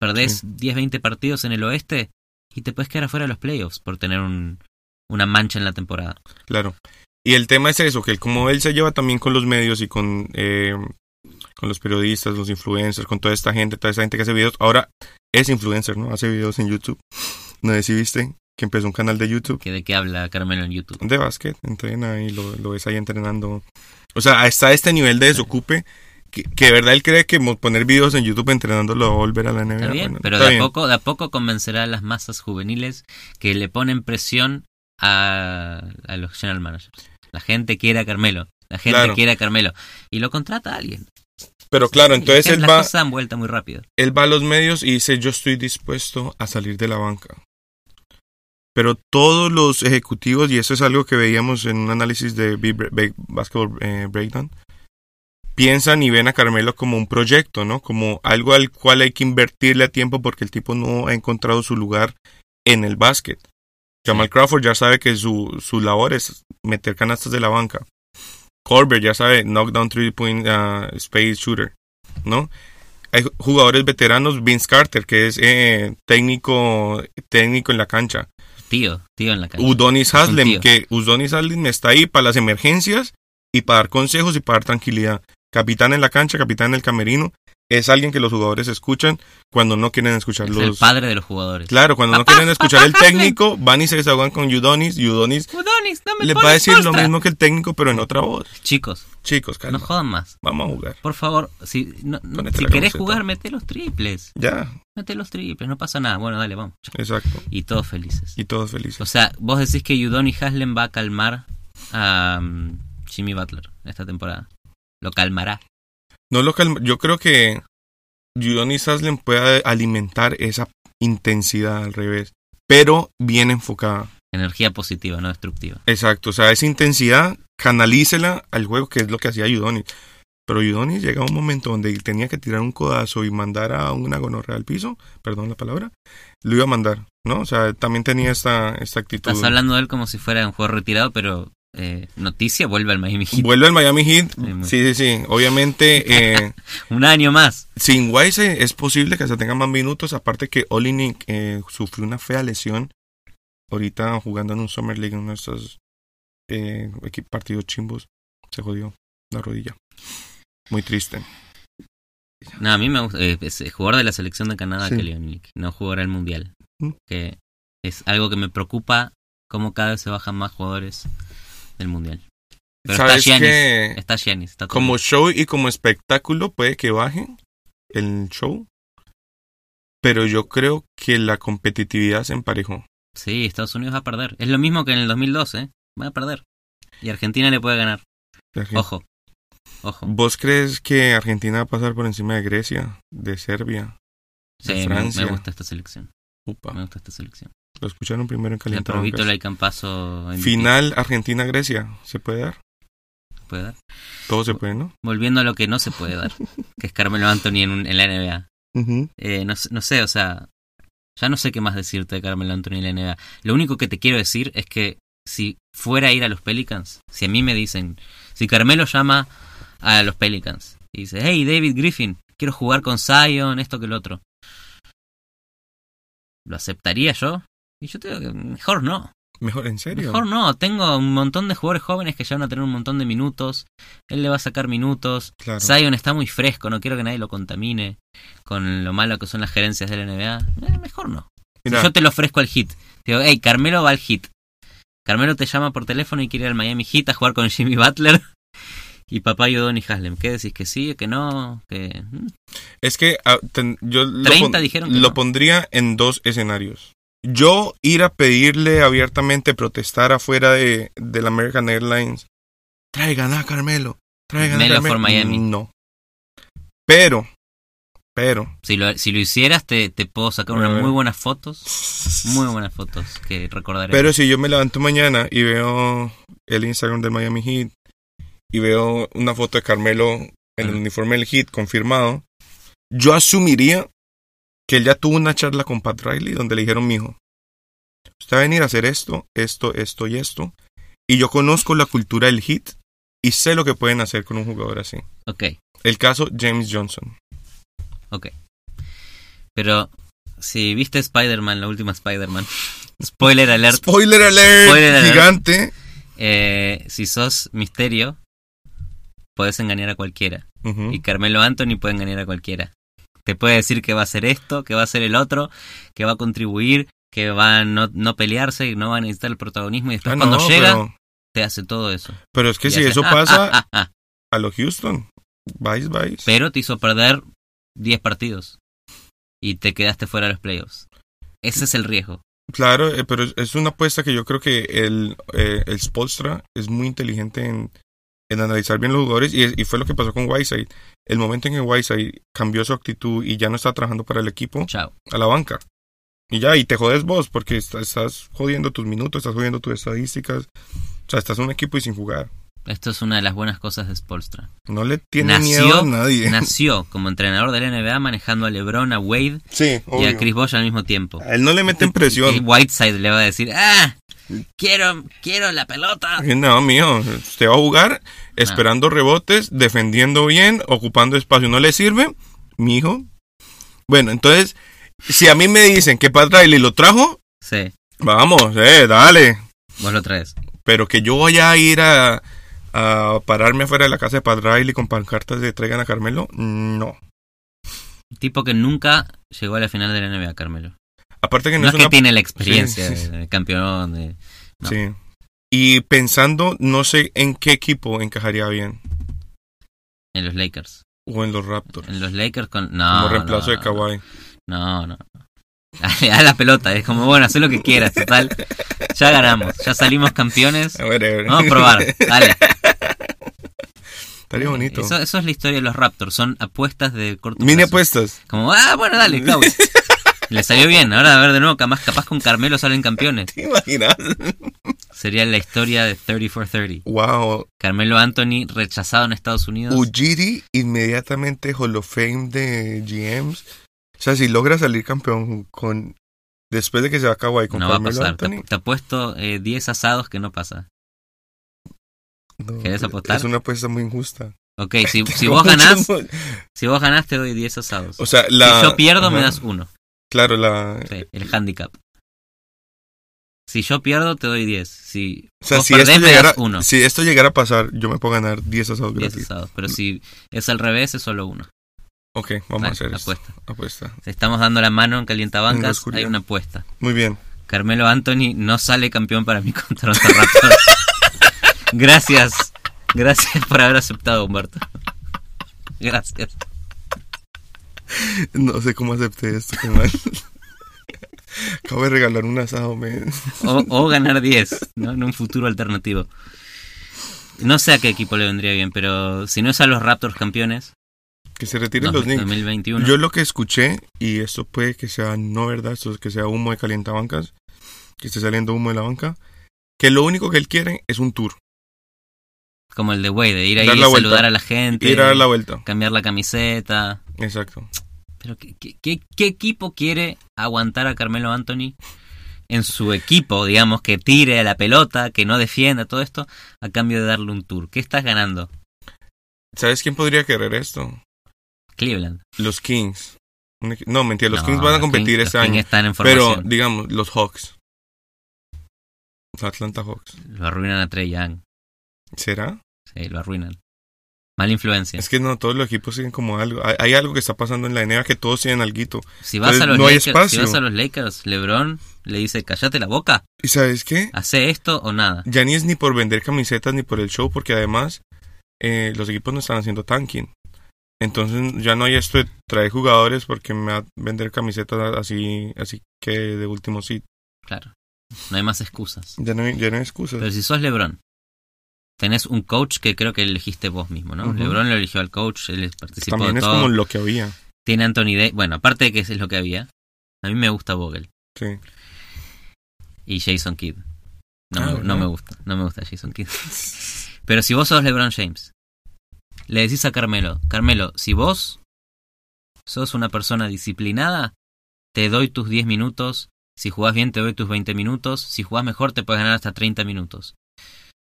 Speaker 2: Perdés
Speaker 1: Sí.
Speaker 2: 10, 20 partidos en el oeste y te puedes quedar afuera de los playoffs por tener un- una mancha en la temporada.
Speaker 1: Claro. Y el tema es eso, que él, como él se lleva también con los medios y con, eh, con los periodistas, los influencers, con toda esta gente, toda esta gente que hace videos, ahora es influencer, ¿no? Hace videos en YouTube. No sé si viste que empezó un canal de YouTube
Speaker 2: ¿Que ¿De qué habla Carmelo en YouTube?
Speaker 1: de básquet, entrena y lo, lo ves ahí entrenando. O sea, está este nivel de desocupe que, que de verdad él cree que mo- poner videos en YouTube entrenando lo va a volver a la NBA.
Speaker 2: Está bien,
Speaker 1: Ah, Bueno,
Speaker 2: pero
Speaker 1: está
Speaker 2: de a,
Speaker 1: bien.
Speaker 2: poco, de a poco convencerá a las masas juveniles que le ponen presión a, a los general managers. La gente quiere a Carmelo. La gente
Speaker 1: Claro.
Speaker 2: quiere a Carmelo. Y lo contrata a alguien.
Speaker 1: Pero claro, entonces
Speaker 2: Las
Speaker 1: él va,
Speaker 2: cosas dan vuelta muy rápido.
Speaker 1: él va a los medios y dice yo estoy dispuesto a salir de la banca. Pero todos los ejecutivos, y eso es algo que veíamos en un análisis de Big Bre- Big Basketball eh, Breakdown, piensan y ven a Carmelo como un proyecto, ¿no? Como algo al cual hay que invertirle a tiempo porque el tipo no ha encontrado su lugar en el básquet. Jamal Crawford ya sabe que su, su labor es meter canastas de la banca. Corbett ya sabe, knockdown three point uh, space shooter, ¿no? Hay jugadores veteranos, Vince Carter, que es eh, técnico, técnico en la cancha.
Speaker 2: Tío, tío en la calle.
Speaker 1: Udonis
Speaker 2: un
Speaker 1: Haslem,
Speaker 2: tío.
Speaker 1: que Udonis Haslem está ahí para las emergencias y para dar consejos y para dar tranquilidad. Capitán en la cancha, capitán en el camerino, es alguien que los jugadores escuchan cuando no quieren escuchar
Speaker 2: es el
Speaker 1: los...
Speaker 2: padre de los jugadores.
Speaker 1: Claro, cuando no
Speaker 2: Papá,
Speaker 1: quieren escuchar
Speaker 2: papá
Speaker 1: el
Speaker 2: Haslem.
Speaker 1: técnico, van y se desahogan con Udonis y Udonis
Speaker 2: Udonis, no me
Speaker 1: les
Speaker 2: pones
Speaker 1: va a decir lo
Speaker 2: postra.
Speaker 1: mismo que el técnico, pero en otra voz.
Speaker 2: Chicos,
Speaker 1: Chicos, calma,
Speaker 2: no jodan más.
Speaker 1: vamos a jugar.
Speaker 2: Por favor, si, no- no-
Speaker 1: Ponete
Speaker 2: si
Speaker 1: la
Speaker 2: querés
Speaker 1: camiseta.
Speaker 2: jugar, mete los triples.
Speaker 1: Ya,
Speaker 2: Mete los triples, no pasa nada. Bueno, dale, vamos.
Speaker 1: exacto.
Speaker 2: Y todos felices.
Speaker 1: Y todos
Speaker 2: O
Speaker 1: felices.
Speaker 2: sea, vos decís que Udoni Haslem va a calmar a um, Jimmy Butler esta temporada. Lo calmará.
Speaker 1: No lo calma- Yo creo que Udonis Haslem puede alimentar esa intensidad al revés, pero bien enfocada.
Speaker 2: Energía positiva, no destructiva.
Speaker 1: Exacto, o sea, esa intensidad canalícela al juego, que es lo que hacía Udonis. Pero Udonis llega a un momento donde tenía que tirar un codazo y mandar a una gonorrea al piso, perdón la palabra, lo iba a mandar, ¿no? O sea, también tenía esta, esta actitud.
Speaker 2: Estás hablando de él como si fuera un juego retirado, pero eh, noticia, vuelve al Miami Heat.
Speaker 1: Vuelve al Miami Heat,
Speaker 2: muy-
Speaker 1: sí, sí, sí, obviamente eh,
Speaker 2: Un año más.
Speaker 1: sin Wise es posible que se tengan más minutos, aparte que Olinik eh, sufrió una fea lesión ahorita jugando en un Summer League, en uno de estos eh, equi- partidos chimbos, se jodió la rodilla. Muy triste.
Speaker 2: No, a mí me gusta. eh, es el jugador de la selección de Canadá,
Speaker 1: Sí.
Speaker 2: Kelly Olynyk. No jugará el mundial.
Speaker 1: Mm.
Speaker 2: Que es algo que me preocupa. Cómo cada vez se bajan más jugadores del mundial. Pero
Speaker 1: Sabes
Speaker 2: está Giannis.
Speaker 1: que
Speaker 2: Está Giannis. Está todo
Speaker 1: como
Speaker 2: bien.
Speaker 1: show y como espectáculo puede que baje el show, pero yo creo que la competitividad se emparejó.
Speaker 2: Sí, Estados Unidos va a perder. Es lo mismo que en el 2012. ¿eh? Va a perder. Y Argentina le puede ganar. Ojo. Ojo.
Speaker 1: ¿Vos crees que Argentina va a pasar por encima de Grecia, de Serbia? de
Speaker 2: Sí, me-
Speaker 1: Francia.
Speaker 2: Me, gusta esta selección.
Speaker 1: Upa.
Speaker 2: Me gusta esta selección.
Speaker 1: Lo escucharon primero en
Speaker 2: Le
Speaker 1: Caliente.
Speaker 2: probito el Alcampazo. en-
Speaker 1: Final Argentina-Grecia. ¿Se puede dar?
Speaker 2: puede dar.
Speaker 1: Todo se puede, ¿no?
Speaker 2: Volviendo a lo que no se puede dar. que es Carmelo Anthony en, un- en la NBA. Eh, no, s- no sé, o sea, ya no sé qué más decirte de Carmelo Anthony en la NBA. Lo único que te quiero decir es que si fuera a ir a los Pelicans, si a mí me dicen, si Carmelo llama a los Pelicans y dice, hey David Griffin, quiero jugar con Zion, esto que el otro, ¿lo aceptaría yo? Y yo te digo que mejor no.
Speaker 1: Mejor, ¿en serio?
Speaker 2: Mejor no, tengo un montón de jugadores jóvenes que ya van a tener un montón de minutos. Él le va a sacar minutos.
Speaker 1: Claro.
Speaker 2: Zion está muy fresco, no quiero que nadie lo contamine con lo malo que son las gerencias de la NBA. Eh, mejor no. Si
Speaker 1: Mira,
Speaker 2: yo te lo ofrezco al hit. Digo, hey, Carmelo va al hit. Carmelo te llama por teléfono y quiere ir al Miami Heat a jugar con Jimmy Butler y papá y Donny Haslem. ¿Qué decís? ¿Que sí? ¿Que no? ¿Que mm,
Speaker 1: es que ah, ten- yo lo,
Speaker 2: 30 dijeron que
Speaker 1: lo
Speaker 2: no.
Speaker 1: pondría en dos escenarios. Yo ir a pedirle abiertamente, protestar afuera de, de la American Airlines. Traigan a Carmelo. Traigan
Speaker 2: Melo
Speaker 1: a Carmelo.
Speaker 2: for Miami.
Speaker 1: No. Pero, pero,
Speaker 2: Si, lo, si lo hicieras te, te puedo sacar
Speaker 1: A
Speaker 2: unas
Speaker 1: ver.
Speaker 2: muy buenas fotos. Muy buenas fotos que recordaré.
Speaker 1: Pero si yo me levanto mañana y veo el Instagram del Miami Heat y veo una foto de Carmelo en el
Speaker 2: Ujú.
Speaker 1: uniforme del Heat confirmado, yo asumiría que él ya tuvo una charla con Pat Riley donde le dijeron, mijo, usted va a venir a hacer esto, esto, esto y esto. Y yo conozco la cultura del Heat y sé lo que pueden hacer con un jugador así.
Speaker 2: Ok.
Speaker 1: El caso James Johnson.
Speaker 2: Pero si viste Spider-Man, la última Spider-Man, spoiler alert,
Speaker 1: Spoiler alert,
Speaker 2: Spoiler alert.
Speaker 1: gigante.
Speaker 2: eh, si sos misterio, podés engañar a cualquiera.
Speaker 1: Ujú.
Speaker 2: Y Carmelo Anthony puede engañar a cualquiera. Te puede decir que va a hacer esto, que va a hacer el otro, que va a contribuir, que va a no, no pelearse, que no va a necesitar el protagonismo. Y después
Speaker 1: Ah,
Speaker 2: cuando
Speaker 1: no,
Speaker 2: llega,
Speaker 1: pero,
Speaker 2: te hace todo eso.
Speaker 1: pero es que
Speaker 2: Y
Speaker 1: si
Speaker 2: hace,
Speaker 1: eso
Speaker 2: ah,
Speaker 1: pasa
Speaker 2: ah, ah, ah.
Speaker 1: a los Houston, bye, bye.
Speaker 2: Pero te hizo perder 10 partidos. Y te quedaste fuera de los playoffs. Ese es el riesgo.
Speaker 1: Claro, eh, pero es- es una apuesta que yo creo que el, eh, el Spolstra es muy inteligente en, en analizar bien los jugadores y, es- y fue lo que pasó con Whiteside. El momento en que Whiteside cambió su actitud y ya no está trabajando para el equipo,
Speaker 2: Chao.
Speaker 1: a la banca. Y ya, y te jodes vos porque est- estás jodiendo tus minutos, estás jodiendo tus estadísticas. O sea, estás en un equipo y sin jugar.
Speaker 2: Esto es una de las buenas cosas de Spolstra.
Speaker 1: No le tiene
Speaker 2: Nació-
Speaker 1: miedo a nadie.
Speaker 2: Nació como entrenador de la NBA manejando a LeBron, a Wade
Speaker 1: Sí,
Speaker 2: y a
Speaker 1: obvio.
Speaker 2: Chris Bosh al mismo tiempo.
Speaker 1: A él no le meten
Speaker 2: Y
Speaker 1: presión.
Speaker 2: Whiteside le va a decir, ¡ah! Quiero, quiero la pelota.
Speaker 1: No, mío, usted va a jugar
Speaker 2: Ah.
Speaker 1: esperando rebotes, defendiendo bien, ocupando espacio. ¿No le sirve? Mi hijo. Bueno, entonces, si a mí me dicen que Pat Riley lo trajo,
Speaker 2: Sí,
Speaker 1: vamos, eh, dale.
Speaker 2: vos lo traes.
Speaker 1: Pero que yo vaya a ir a, a pararme afuera de la casa de Pat Riley con pancartas de traigan a Carmelo, no.
Speaker 2: Tipo que nunca llegó a la final de la NBA, Carmelo.
Speaker 1: Aparte que no,
Speaker 2: No es
Speaker 1: es
Speaker 2: que
Speaker 1: una...
Speaker 2: tiene la experiencia
Speaker 1: Sí, sí, sí.
Speaker 2: de campeón. de- no.
Speaker 1: Sí. Y pensando, no sé en qué equipo encajaría bien.
Speaker 2: en los Lakers.
Speaker 1: O en los Raptors.
Speaker 2: En los Lakers con... No,
Speaker 1: como reemplazo
Speaker 2: no,
Speaker 1: de Kawhi.
Speaker 2: No, no. Dale, a la pelota. Es como, bueno, haz lo que quieras, total. Ya ganamos. Ya salimos campeones.
Speaker 1: A ver, a ver.
Speaker 2: Vamos a probar. Dale.
Speaker 1: Estaría bonito.
Speaker 2: Eso, eso es la historia de los Raptors. Son apuestas de corto
Speaker 1: Mini
Speaker 2: plazo.
Speaker 1: apuestas.
Speaker 2: Como, ah, bueno, dale, Kawhi. Le salió bien. Ahora, a ver, de nuevo, capaz, capaz con Carmelo salen campeones.
Speaker 1: ¿Te imaginas?
Speaker 2: Sería la historia de 30 for 30.
Speaker 1: Wow.
Speaker 2: Carmelo Anthony rechazado en Estados Unidos.
Speaker 1: Ujiri inmediatamente Hall of Fame de GMs. O sea, si logra salir campeón con. Después de que se va Kawhi con
Speaker 2: no va a
Speaker 1: Carmelo
Speaker 2: pasar. Te,
Speaker 1: Anthony.
Speaker 2: te apuesto eh, 10 asados que no pasa.
Speaker 1: no,
Speaker 2: ¿Querés apostar?
Speaker 1: Es una apuesta muy injusta.
Speaker 2: Ok, si, si vos
Speaker 1: Mucho
Speaker 2: ganás,
Speaker 1: mo-
Speaker 2: si vos ganás te doy 10 asados.
Speaker 1: O sea, la.
Speaker 2: si yo pierdo me
Speaker 1: Ajá.
Speaker 2: das uno.
Speaker 1: Claro, la.
Speaker 2: Sí, el handicap. Si yo pierdo, te doy 10. Si
Speaker 1: O sea,
Speaker 2: vos
Speaker 1: si
Speaker 2: perdés,
Speaker 1: esto,
Speaker 2: me
Speaker 1: llegara,
Speaker 2: das 1.
Speaker 1: si esto llegara a pasar, yo me puedo ganar 10 asados
Speaker 2: 10
Speaker 1: gratis.
Speaker 2: asados. Pero si es al revés, es solo uno.
Speaker 1: Ok, vamos a
Speaker 2: Dale,
Speaker 1: hacer esto.
Speaker 2: apuesta.
Speaker 1: Apuesta.
Speaker 2: Si estamos dando la mano en
Speaker 1: En la
Speaker 2: Calientabancas,
Speaker 1: oscuridad.
Speaker 2: hay una apuesta.
Speaker 1: Muy bien.
Speaker 2: Carmelo Anthony no sale campeón para mí contra los Raptors. Gracias. Gracias por haber aceptado, Humberto. Gracias.
Speaker 1: No sé cómo acepté esto, qué mal. Acabo de regalar un asado, men.
Speaker 2: O, o ganar 10, ¿no? En un futuro alternativo. No sé a qué equipo le vendría bien, pero si no es a los Raptors campeones,
Speaker 1: Que se retiren los Knicks.
Speaker 2: 2021.
Speaker 1: Yo lo que escuché, y esto puede que sea no verdad, esto es que sea humo de calientabancas, que esté saliendo humo de la banca, que lo único que él quiere es un tour,
Speaker 2: Como el de Wade, de ir ahí
Speaker 1: Dar la
Speaker 2: saludar
Speaker 1: vuelta.
Speaker 2: a la gente,
Speaker 1: ir a dar la vuelta.
Speaker 2: cambiar la camiseta.
Speaker 1: Exacto.
Speaker 2: Pero ¿qué, qué, qué- qué equipo quiere aguantar a Carmelo Anthony en su equipo, digamos, que tire a la pelota, que no defienda, todo esto, a cambio de darle un tour? ¿Qué estás ganando?
Speaker 1: ¿Sabes quién podría querer esto?
Speaker 2: Cleveland.
Speaker 1: Los Kings. Un equi- No, mentira, los
Speaker 2: No,
Speaker 1: Kings van a competir
Speaker 2: Kings-
Speaker 1: este
Speaker 2: los Kings
Speaker 1: año.
Speaker 2: están en
Speaker 1: Pero,
Speaker 2: formación.
Speaker 1: digamos, los Hawks. Los Atlanta Hawks.
Speaker 2: Lo arruinan a Trey Young.
Speaker 1: ¿Será?
Speaker 2: Sí, lo arruinan. Mala influencia.
Speaker 1: Es que no, todos los equipos siguen como algo. Hay, hay algo que está pasando en la NBA que todos siguen alguito.
Speaker 2: Si vas, a
Speaker 1: Entonces,
Speaker 2: los
Speaker 1: no hay
Speaker 2: Lakers, si
Speaker 1: espacio.
Speaker 2: vas a los Lakers, LeBron le dice, callate la boca,
Speaker 1: ¿Y sabes qué?
Speaker 2: hace esto o nada.
Speaker 1: Ya ni es ni por vender camisetas ni por el show, porque además eh, los equipos no están haciendo tanking. Entonces ya no hay esto de traer jugadores porque me va a vender camisetas así, así que de último sí.
Speaker 2: Claro. No hay más excusas.
Speaker 1: Ya no hay, ya no hay excusas.
Speaker 2: Pero si sos LeBron, tenés un coach que creo que elegiste vos mismo, ¿no?
Speaker 1: Ujú.
Speaker 2: LeBron lo eligió al coach, él participó
Speaker 1: También
Speaker 2: de
Speaker 1: es
Speaker 2: todo.
Speaker 1: como lo que había.
Speaker 2: Tiene Anthony Davis. Bueno, aparte de que ese es lo que había, a mí me gusta Vogel
Speaker 1: Sí.
Speaker 2: y Jason Kidd. No,
Speaker 1: Ah,
Speaker 2: me,
Speaker 1: ¿verdad?
Speaker 2: no me gusta, no me gusta Jason Kidd. Pero si vos sos LeBron James, le decís a Carmelo, Carmelo, si vos sos una persona disciplinada, te doy tus 10 minutos, si jugás bien te doy tus 20 minutos, si jugás mejor te puedes ganar hasta 30 minutos.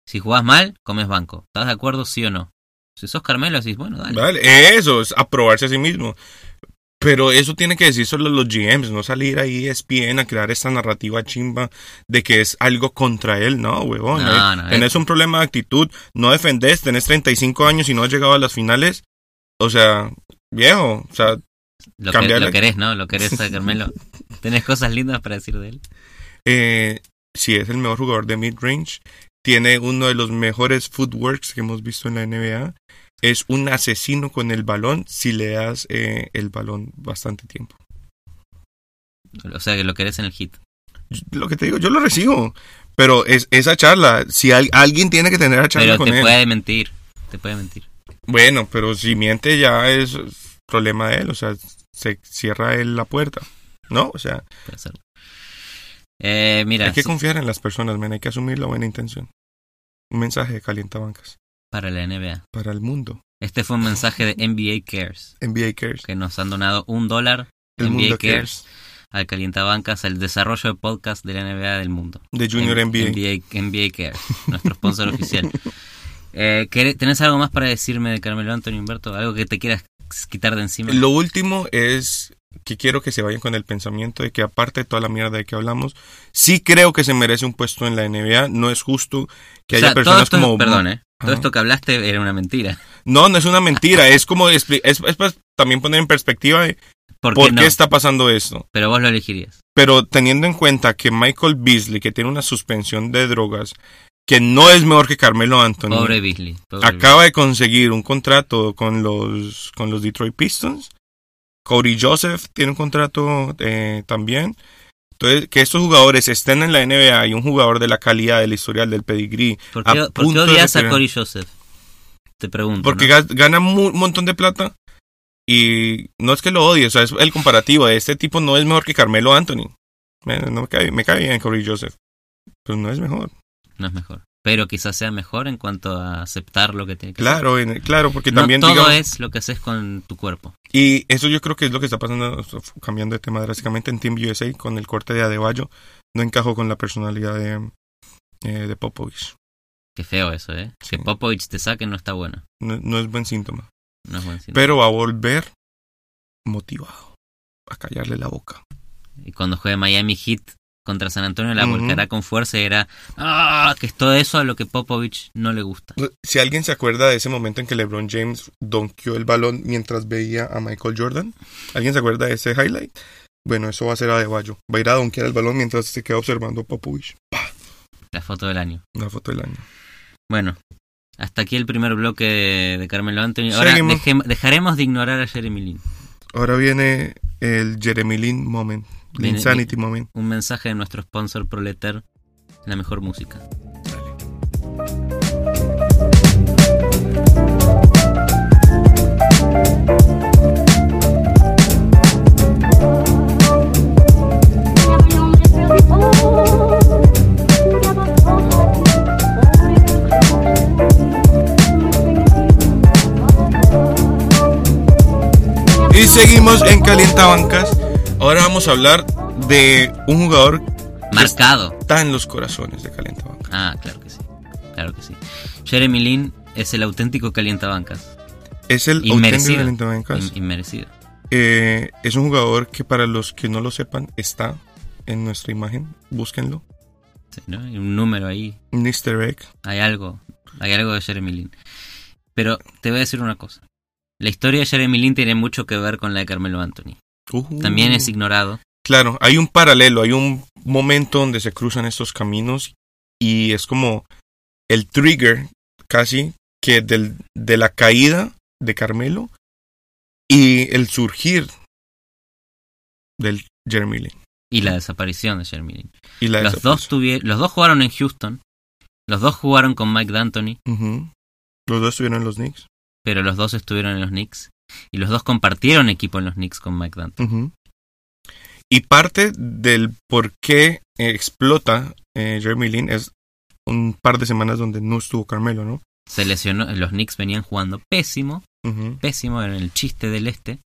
Speaker 2: Si jugás mal, comes banco. ¿Estás de acuerdo sí o no? Si sos Carmelo decís, bueno, dale.
Speaker 1: Vale, eso es aprobarse a sí mismo. Pero eso tiene que decir solo los GMs, no salir ahí ESPN a E crear esta narrativa chimba de que es algo contra él, no, huevón.
Speaker 2: No,
Speaker 1: eh.
Speaker 2: no,
Speaker 1: tenés un problema de actitud, no defendés, tenés 35 años y no has llegado a las finales. O sea, viejo, o sea,
Speaker 2: Lo, que-
Speaker 1: cambiarle.
Speaker 2: lo querés, ¿no? Lo querés a Carmelo. Tenés cosas lindas para decir de él.
Speaker 1: eh, si es el mejor jugador de mid-range, tiene uno de los mejores footworks que hemos visto en la NBA. Es un asesino con el balón si le das eh, el balón bastante tiempo.
Speaker 2: O sea, que lo querés en el hit.
Speaker 1: lo que te digo, yo lo recibo. Pero es esa charla, si al- alguien tiene que tener la charla
Speaker 2: Pero
Speaker 1: con
Speaker 2: te
Speaker 1: él.
Speaker 2: puede mentir. Te puede mentir.
Speaker 1: Bueno, pero si miente ya es problema de él, o sea, se cierra él la puerta. ¿No? O sea,
Speaker 2: Puede ser. Eh, mira,
Speaker 1: hay que
Speaker 2: sí,
Speaker 1: confiar en las personas, men, hay que asumir la buena intención. Un mensaje de calientabancas
Speaker 2: para la NBA.
Speaker 1: para el mundo.
Speaker 2: Este fue un mensaje de NBA Cares,
Speaker 1: NBA cares.
Speaker 2: que nos han donado un dólar
Speaker 1: El
Speaker 2: NBA
Speaker 1: mundo
Speaker 2: cares.
Speaker 1: cares.
Speaker 2: al Calientabancas, al desarrollo de podcast de la NBA del mundo.
Speaker 1: De Junior
Speaker 2: En-
Speaker 1: NBA.
Speaker 2: NBA. NBA Care, nuestro sponsor oficial. Eh, ¿querés- ¿Tenés algo más para decirme de Carmelo Antonio Humberto? ¿Algo que te quieras quitar de encima?
Speaker 1: Lo último es que quiero que se vayan con el pensamiento de que aparte de toda la mierda de que hablamos, sí creo que se merece un puesto en la NBA. No es justo que
Speaker 2: O
Speaker 1: haya
Speaker 2: sea, todo
Speaker 1: personas
Speaker 2: esto-
Speaker 1: como...
Speaker 2: perdón, eh, todo
Speaker 1: Ajá.
Speaker 2: esto que hablaste era una mentira.
Speaker 1: No, no es una mentira. es como... expli- Es, es para también poner en perspectiva de
Speaker 2: ¿Por,
Speaker 1: por
Speaker 2: qué
Speaker 1: qué
Speaker 2: no?
Speaker 1: está pasando esto.
Speaker 2: Pero vos lo elegirías.
Speaker 1: Pero teniendo en cuenta que Michael Beasley, que tiene una suspensión de drogas, que no es mejor que Carmelo Anthony,
Speaker 2: Pobre Beasley. pobre
Speaker 1: acaba de conseguir un contrato con los, con los Detroit Pistons. Corey Joseph tiene un contrato eh, también. Entonces, que estos jugadores estén en la NBA y un jugador de la calidad, del historial, del pedigrí,
Speaker 2: Beasley. ¿Por
Speaker 1: a
Speaker 2: qué, por qué
Speaker 1: punto de
Speaker 2: odias a
Speaker 1: retirar-
Speaker 2: Corey Joseph? Te pregunto.
Speaker 1: porque
Speaker 2: ¿no?
Speaker 1: ga- gana mu- un montón de plata. Y no es que lo odie, o sea, es el comparativo de este tipo no es mejor que Carmelo Anthony. Me, no me, cae, me cae bien Corey Joseph, pero no es mejor.
Speaker 2: No es mejor. Pero quizás sea mejor en cuanto a aceptar lo que tiene que hacer.
Speaker 1: Claro, en- claro, porque
Speaker 2: No
Speaker 1: también
Speaker 2: todo
Speaker 1: digamos,
Speaker 2: es lo que haces con tu cuerpo.
Speaker 1: Y eso yo creo que es lo que está pasando, o sea, fu- cambiando de tema drásticamente en Team USA con el corte de Adebayo. No encajó con la personalidad de, eh, de Popovich.
Speaker 2: Qué feo eso, ¿eh?
Speaker 1: Sí.
Speaker 2: Que Popovich te saque no está bueno.
Speaker 1: No, no es buen síntoma.
Speaker 2: No es buen signo.
Speaker 1: Pero va a volver motivado a callarle la boca.
Speaker 2: Y cuando juegue Miami Heat contra San Antonio la
Speaker 1: Ujú.
Speaker 2: volcará con fuerza y era "Ah", que es todo eso a lo que Popovich no le gusta.
Speaker 1: Si alguien se acuerda de ese momento en que LeBron James donqueó el balón mientras veía a Michael Jordan, ¿alguien se acuerda de ese highlight? Bueno, eso va a ser Adebayo. Va a ir a donkear el balón mientras se queda observando a Popovich.
Speaker 2: La foto del año.
Speaker 1: La foto del año.
Speaker 2: Bueno, hasta aquí el primer bloque de, de Carmelo Anthony. Ahora
Speaker 1: Seguimos.
Speaker 2: dejem- dejaremos de ignorar a Jeremy Lin.
Speaker 1: Ahora viene el Jeremy Lin moment, el
Speaker 2: Viene-
Speaker 1: Insanity moment.
Speaker 2: Un mensaje de nuestro sponsor Proleter, la mejor música.
Speaker 1: Y seguimos en Calientabancas. Ahora vamos a hablar de un jugador
Speaker 2: Marcado.
Speaker 1: que está en los corazones de Calientabancas.
Speaker 2: Ah, claro que sí. Claro que sí. Jeremy Lin es el auténtico calientabancas.
Speaker 1: Es el auténtico
Speaker 2: Inmerecido.
Speaker 1: Calientabancas.
Speaker 2: In- inmerecido.
Speaker 1: Eh, es un jugador que para los que no lo sepan está en nuestra imagen. Búsquenlo.
Speaker 2: Sí, ¿no? Hay un número ahí.
Speaker 1: Un easter egg.
Speaker 2: Hay algo. Hay algo de Jeremy Lin. Pero te voy a decir una cosa. La historia de Jeremy Lin tiene mucho que ver con la de Carmelo Anthony.
Speaker 1: Ujú.
Speaker 2: También es ignorado.
Speaker 1: Uh. Claro, hay un paralelo, hay un momento donde se cruzan estos caminos y es como el trigger casi que del, de la caída de Carmelo y el surgir del Jeremy Lin
Speaker 2: Y la desaparición de Jeremy Lin.
Speaker 1: y la
Speaker 2: Los dos,
Speaker 1: desaparición.
Speaker 2: tuvie- los dos jugaron en Houston. Los dos jugaron con Mike D'Antoni.
Speaker 1: Ujú. Los dos estuvieron en los Knicks.
Speaker 2: Pero los dos estuvieron en los Knicks. Y los dos compartieron equipo en los Knicks con Mike D'Antoni.
Speaker 1: Ujú. Y parte del por qué eh, explota eh, Jeremy Lin es un par de semanas donde no estuvo Carmelo, ¿no?
Speaker 2: Se lesionó. Los Knicks venían jugando pésimo.
Speaker 1: Ujú.
Speaker 2: pésimo en el chiste del este.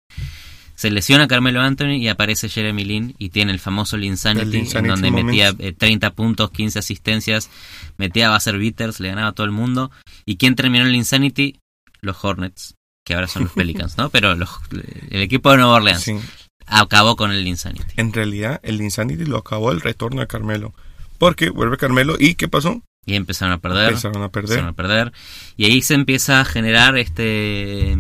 Speaker 2: Se lesiona Carmelo Anthony y aparece Jeremy Lin y tiene el famoso
Speaker 1: El
Speaker 2: Linsanity, en
Speaker 1: Linsanity
Speaker 2: donde
Speaker 1: moment.
Speaker 2: metía eh, 30 puntos, 15 asistencias, metía buzzer beaters, le ganaba a todo el mundo. ¿Y quién terminó el Insanity? Los Hornets, que ahora son los Pelicans, ¿no? Pero los- el equipo de Nueva Orleans
Speaker 1: Sí.
Speaker 2: acabó con el Insanity.
Speaker 1: En realidad, el Insanity lo acabó el retorno de Carmelo. Porque vuelve Carmelo y ¿qué pasó?
Speaker 2: Y empezaron a perder.
Speaker 1: Empezaron a perder.
Speaker 2: empezaron a perder. Y ahí se empieza a generar este,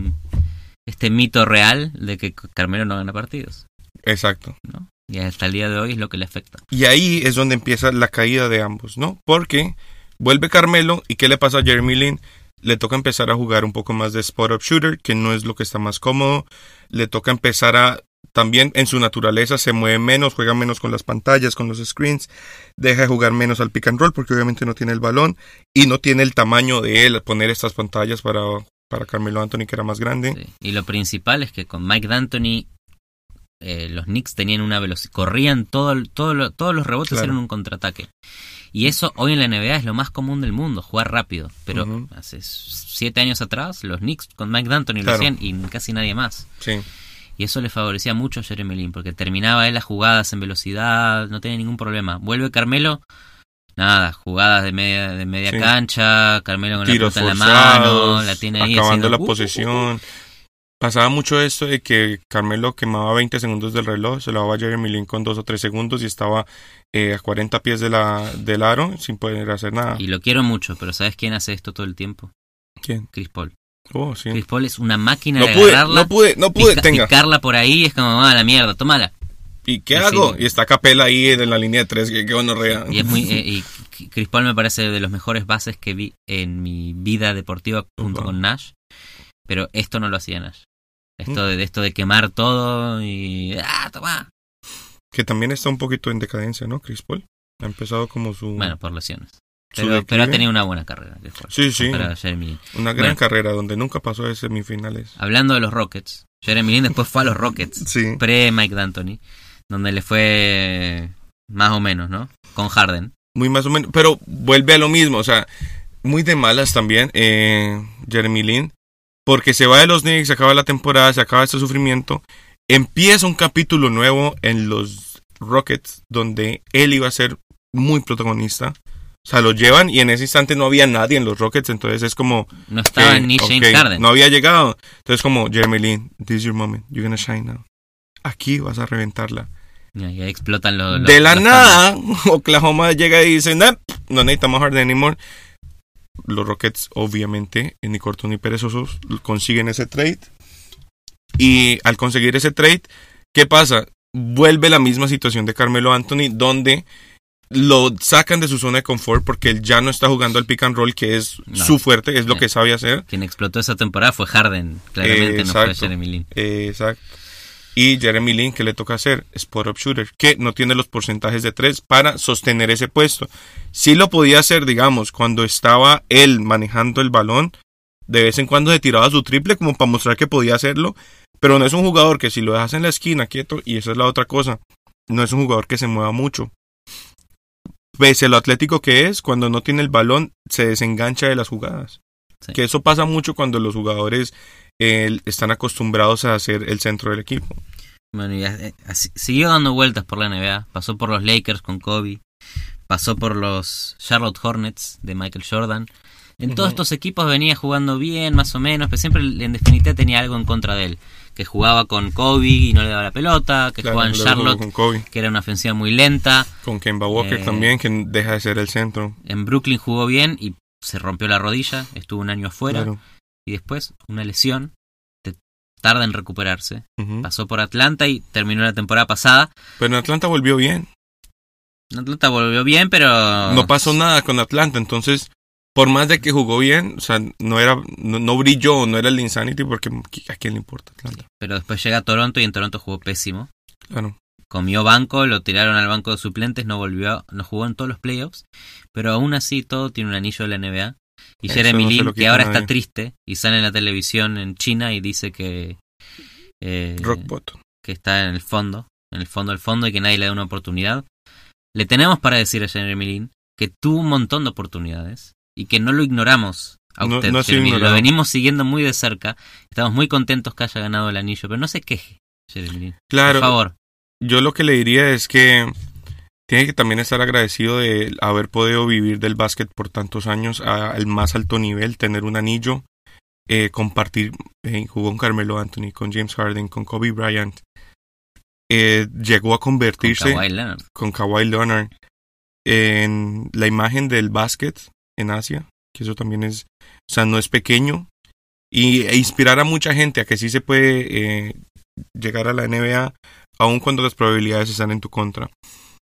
Speaker 2: este mito real de que Carmelo no gana partidos.
Speaker 1: Exacto.
Speaker 2: ¿no? Y hasta el día de hoy es lo que le afecta.
Speaker 1: Y ahí es donde empieza la caída de ambos, ¿no? Porque vuelve Carmelo y ¿qué le pasa a Jeremy Lin? Le toca empezar a jugar un poco más de spot-up shooter, que no es lo que está más cómodo. Le toca empezar a... También en su naturaleza se mueve menos, juega menos con las pantallas, con los screens, deja de jugar menos al pick and roll porque obviamente no tiene el balón y no tiene el tamaño de él poner estas pantallas para, para Carmelo Anthony que era más grande.
Speaker 2: Sí. Y lo principal es que con Mike D'Antoni eh, los Knicks tenían una velocidad, corrían todo, el- todo lo- todos los rebotes
Speaker 1: Claro.
Speaker 2: eran un contraataque. Y eso hoy en la NBA es lo más común del mundo, jugar rápido. Pero
Speaker 1: Ujú.
Speaker 2: hace siete años atrás, los Knicks con Mike D'Antoni
Speaker 1: Claro.
Speaker 2: lo hacían y casi nadie más.
Speaker 1: Sí.
Speaker 2: Y eso le favorecía mucho a Jeremy Lin, porque terminaba él las jugadas en velocidad, no tenía ningún problema. Vuelve Carmelo, nada, jugadas de media, de media
Speaker 1: Sí.
Speaker 2: cancha, Carmelo con
Speaker 1: tiros
Speaker 2: la pelota en la mano,
Speaker 1: forzados,
Speaker 2: la tiene ahí
Speaker 1: acabando
Speaker 2: haciendo,
Speaker 1: la
Speaker 2: "Uh, uh, uh".
Speaker 1: posesión. Pasaba mucho esto de que Carmelo quemaba 20 segundos del reloj, se lo daba a Jeremy Lin con 2 o 3 segundos y estaba eh, a 40 pies de la, del aro sin poder hacer nada.
Speaker 2: Y lo quiero mucho, pero ¿sabes quién hace esto todo el tiempo?
Speaker 1: ¿Quién?
Speaker 2: Chris Paul.
Speaker 1: Oh, sí.
Speaker 2: Chris Paul es una máquina
Speaker 1: No
Speaker 2: de
Speaker 1: pude,
Speaker 2: agarrarla,
Speaker 1: no pude, no pude,
Speaker 2: pica-
Speaker 1: tenga.
Speaker 2: picarla por ahí, es como, ah, la mierda, tómala.
Speaker 1: ¿Y qué
Speaker 2: Sí,
Speaker 1: hago?
Speaker 2: sí.
Speaker 1: Y está Capela ahí en la línea de 3, que, que gonorrea.
Speaker 2: Y es muy eh, y C- Chris Paul me parece de los mejores bases que vi en mi vida deportiva junto
Speaker 1: Ujú.
Speaker 2: con Nash, pero esto no lo hacía Nash. Esto
Speaker 1: Mm.
Speaker 2: de, de esto de quemar todo y ah, toma.
Speaker 1: Que también está un poquito en decadencia, ¿no? Chris Paul. Ha empezado como su,
Speaker 2: Bueno, por lesiones.
Speaker 1: Mm. su
Speaker 2: Pero, pero ha
Speaker 1: declive.
Speaker 2: tenido una buena carrera de juego.
Speaker 1: Sí, sí.
Speaker 2: Para Jeremy Lin.
Speaker 1: Una gran
Speaker 2: bueno. Ah.
Speaker 1: carrera donde nunca pasó de semifinales.
Speaker 2: Hablando de los Rockets, Jeremy Lin después fue a los Rockets.
Speaker 1: Sí.
Speaker 2: pre Mike D'Antoni, donde le fue más o menos, ¿no? Con Harden.
Speaker 1: Muy más o menos. Pero vuelve a lo mismo. O sea, muy de malas también, eh, Jeremy Lin. Porque se va de los Knicks, se acaba la temporada, se acaba este sufrimiento. Empieza un capítulo nuevo en los Rockets, donde él iba a ser muy protagonista. O sea, lo llevan y en ese instante no había nadie en los Rockets, entonces es como...
Speaker 2: No estaba
Speaker 1: ok,
Speaker 2: ni James
Speaker 1: ok,
Speaker 2: Harden.
Speaker 1: No había llegado. Entonces como, Jeremy Lin, this is your moment, you're gonna shine now. Aquí vas a reventarla.
Speaker 2: Y ahí explotan los... los-
Speaker 1: de la
Speaker 2: los
Speaker 1: nada, Oklahoma llega y dice, "Nah, no necesitamos Harden anymore. Los Rockets, obviamente, eh, ni cortos ni perezosos, consiguen ese trade. Y al conseguir ese trade, ¿qué pasa? Vuelve la misma situación de Carmelo Anthony, donde lo sacan de su zona de confort porque él ya no está jugando al pick and roll, que es
Speaker 2: No.
Speaker 1: su fuerte, es lo
Speaker 2: Sí.
Speaker 1: que sabe hacer.
Speaker 2: Quien explotó esa temporada fue Harden, claramente
Speaker 1: Eh,
Speaker 2: no fue
Speaker 1: exacto.
Speaker 2: Jeremy Lin.
Speaker 1: Eh, Exacto. Y Jeremy Lin, que le toca hacer? Spot up shooter, que no tiene los porcentajes de tres para sostener ese puesto. Sí lo podía hacer, digamos, cuando estaba él manejando el balón, de vez en cuando se tiraba su triple como para mostrar que podía hacerlo, pero no es un jugador que si lo dejas en la esquina quieto, y esa es la otra cosa, no es un jugador que se mueva mucho. Pese a lo atlético que es, cuando no tiene el balón, se desengancha de las jugadas.
Speaker 2: Sí.
Speaker 1: Que eso pasa mucho cuando los jugadores el- están acostumbrados a hacer el centro del equipo.
Speaker 2: Bueno, y eh, así- siguió dando vueltas por la NBA. Pasó por los Lakers con Kobe. Pasó por los Charlotte Hornets de Michael Jordan. En todos
Speaker 1: Ujú.
Speaker 2: estos equipos venía jugando bien, más o menos, pero siempre en definitiva tenía algo en contra de él. Que jugaba con Kobe y no le daba la pelota, que
Speaker 1: Claro,
Speaker 2: jugaba en
Speaker 1: luego jugó
Speaker 2: Charlotte,
Speaker 1: Con Kobe,
Speaker 2: que era una ofensiva muy lenta.
Speaker 1: con Kemba Walker
Speaker 2: Eh,
Speaker 1: también, que deja de ser el centro.
Speaker 2: En Brooklyn jugó bien y se rompió la rodilla, estuvo un año afuera.
Speaker 1: Claro.
Speaker 2: Y después una lesión, te tarda en recuperarse.
Speaker 1: Ujú.
Speaker 2: Pasó por Atlanta y terminó la temporada pasada.
Speaker 1: Pero en Atlanta volvió bien.
Speaker 2: Atlanta volvió bien, pero...
Speaker 1: No pasó nada con Atlanta, entonces, por más de que jugó bien, o sea, no era, no, no brilló, no era el Insanity, porque ¿a quién le importa Atlanta?
Speaker 2: Pero después llega a Toronto y en Toronto jugó pésimo.
Speaker 1: Claro.
Speaker 2: Comió banco, lo tiraron al banco de suplentes, no volvió, no jugó en todos los playoffs. Pero aún así todo tiene un anillo de la NBA. Y
Speaker 1: Eso
Speaker 2: Jeremy
Speaker 1: no se
Speaker 2: Lin,
Speaker 1: lo
Speaker 2: que
Speaker 1: quita
Speaker 2: ahora
Speaker 1: nadie.
Speaker 2: está triste y sale en la televisión en China y dice que... eh,
Speaker 1: Rock bottom.
Speaker 2: que está en el fondo, en el fondo del fondo y que nadie le da una oportunidad. Le tenemos para decir a Jeremy Lin que tuvo un montón de oportunidades y que no lo ignoramos a
Speaker 1: No-
Speaker 2: usted,
Speaker 1: no ha sido
Speaker 2: Jeremy Lin. Lo
Speaker 1: ignorado.
Speaker 2: venimos siguiendo muy de cerca. Estamos muy contentos que haya ganado el anillo, pero no se queje, Jeremy Lin.
Speaker 1: Claro.
Speaker 2: Por favor.
Speaker 1: Yo lo que le diría es que tiene que también estar agradecido de haber podido vivir del básquet por tantos años a- al más alto nivel, tener un anillo, eh, compartir, eh, jugó con Carmelo Anthony, con James Harden, con Kobe Bryant, Eh, llegó a
Speaker 2: Con
Speaker 1: convertirse
Speaker 2: Kawhi Leonard.
Speaker 1: con Kawhi Leonard en la imagen del básquet en Asia, que eso también es, o sea, no es pequeño, y, e inspirar a mucha gente a que sí se puede eh, llegar a la NBA, aun cuando las probabilidades están en tu contra.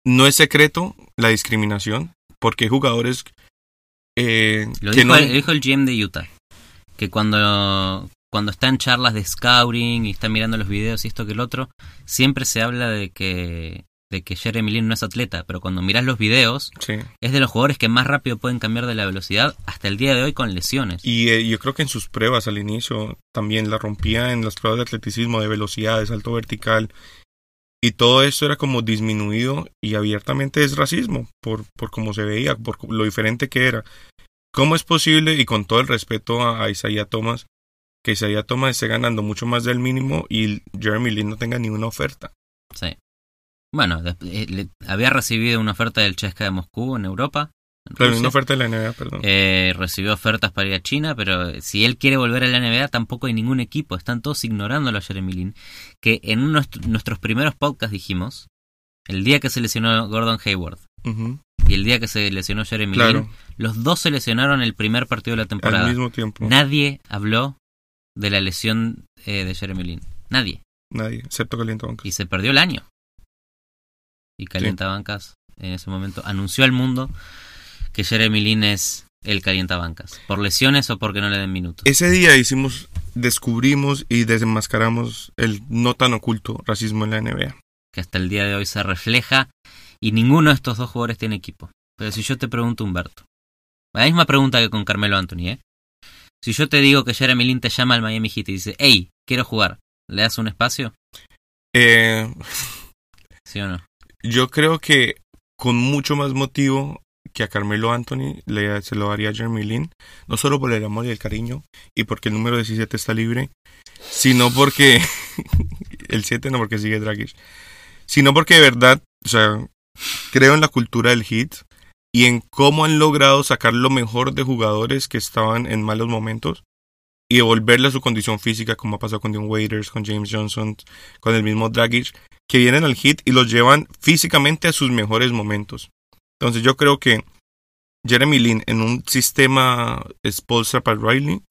Speaker 1: No es secreto la discriminación, porque hay jugadores eh,
Speaker 2: Lo
Speaker 1: que
Speaker 2: dijo,
Speaker 1: no...
Speaker 2: el, dijo el GM de Utah. Que cuando, cuando está en charlas de scouting y está mirando los videos y esto que el otro, siempre se habla de que, de que Jeremy Lin no es atleta. Pero cuando miras los videos,
Speaker 1: Sí.
Speaker 2: es de los jugadores que más rápido pueden cambiar de la velocidad hasta el día de hoy con lesiones.
Speaker 1: Y eh, yo creo que en sus pruebas al inicio también la rompía en las pruebas de atleticismo, de velocidad, de salto vertical. Y todo esto era como disminuido y abiertamente es racismo por, por cómo se veía, por lo diferente que era. ¿Cómo es posible, y con todo el respeto a, a Isaiah Thomas, que Isaiah Thomas esté ganando mucho más del mínimo y Jeremy Lin no tenga ni una oferta?
Speaker 2: Sí. Bueno, de- eh, le- había recibido una oferta del Chesca de Moscú en Europa. en
Speaker 1: Claro,
Speaker 2: Rusia.
Speaker 1: una oferta de la NBA, perdón.
Speaker 2: Pues Eh, recibió ofertas para ir a China, pero eh, si él quiere volver a la NBA, tampoco hay ningún equipo. Están todos ignorándolo a Jeremy Lin. Que en uno de nuestros primeros podcasts dijimos, el día que se lesionó Gordon Hayward
Speaker 1: Ujú,
Speaker 2: y el día que se lesionó Jeremy Lin,
Speaker 1: Claro,
Speaker 2: los dos se lesionaron el primer partido de la
Speaker 1: al
Speaker 2: temporada.
Speaker 1: mismo tiempo.
Speaker 2: Nadie habló de la lesión eh, de Jeremy Lin. Nadie.
Speaker 1: Nadie, excepto Calientabancas.
Speaker 2: Y se perdió el año. Y Calientabancas en ese momento anunció al mundo que Jeremy Lin es el Calientabancas. Por lesiones o porque no le den minutos.
Speaker 1: Ese día hicimos, descubrimos y desenmascaramos el no tan oculto racismo en la NBA.
Speaker 2: que hasta el día de hoy se refleja y ninguno de estos dos jugadores tiene equipo. Pero si yo te pregunto, Humberto, la misma pregunta que con Carmelo Anthony, ¿eh? Si yo te digo que Jeremy Lin te llama al Miami Heat y dice, hey, quiero jugar, ¿le das un espacio?
Speaker 1: Eh,
Speaker 2: ¿Sí o no?
Speaker 1: yo creo que con mucho más motivo que a Carmelo Anthony le, se lo daría a Jeremy Lin, no solo por el amor y el cariño y porque el número 17 está libre, sino porque el 7 no porque sigue Dragic, sino porque de verdad, o sea, creo en la cultura del hit y en cómo han logrado sacar lo mejor de jugadores que estaban en malos momentos y devolverle a su condición física como ha pasado con Dion Waiters, con James Johnson, con el mismo Dragic que vienen al hit y los llevan físicamente a sus mejores momentos. Entonces yo creo que Jeremy Lin en un sistema sponsor para Riley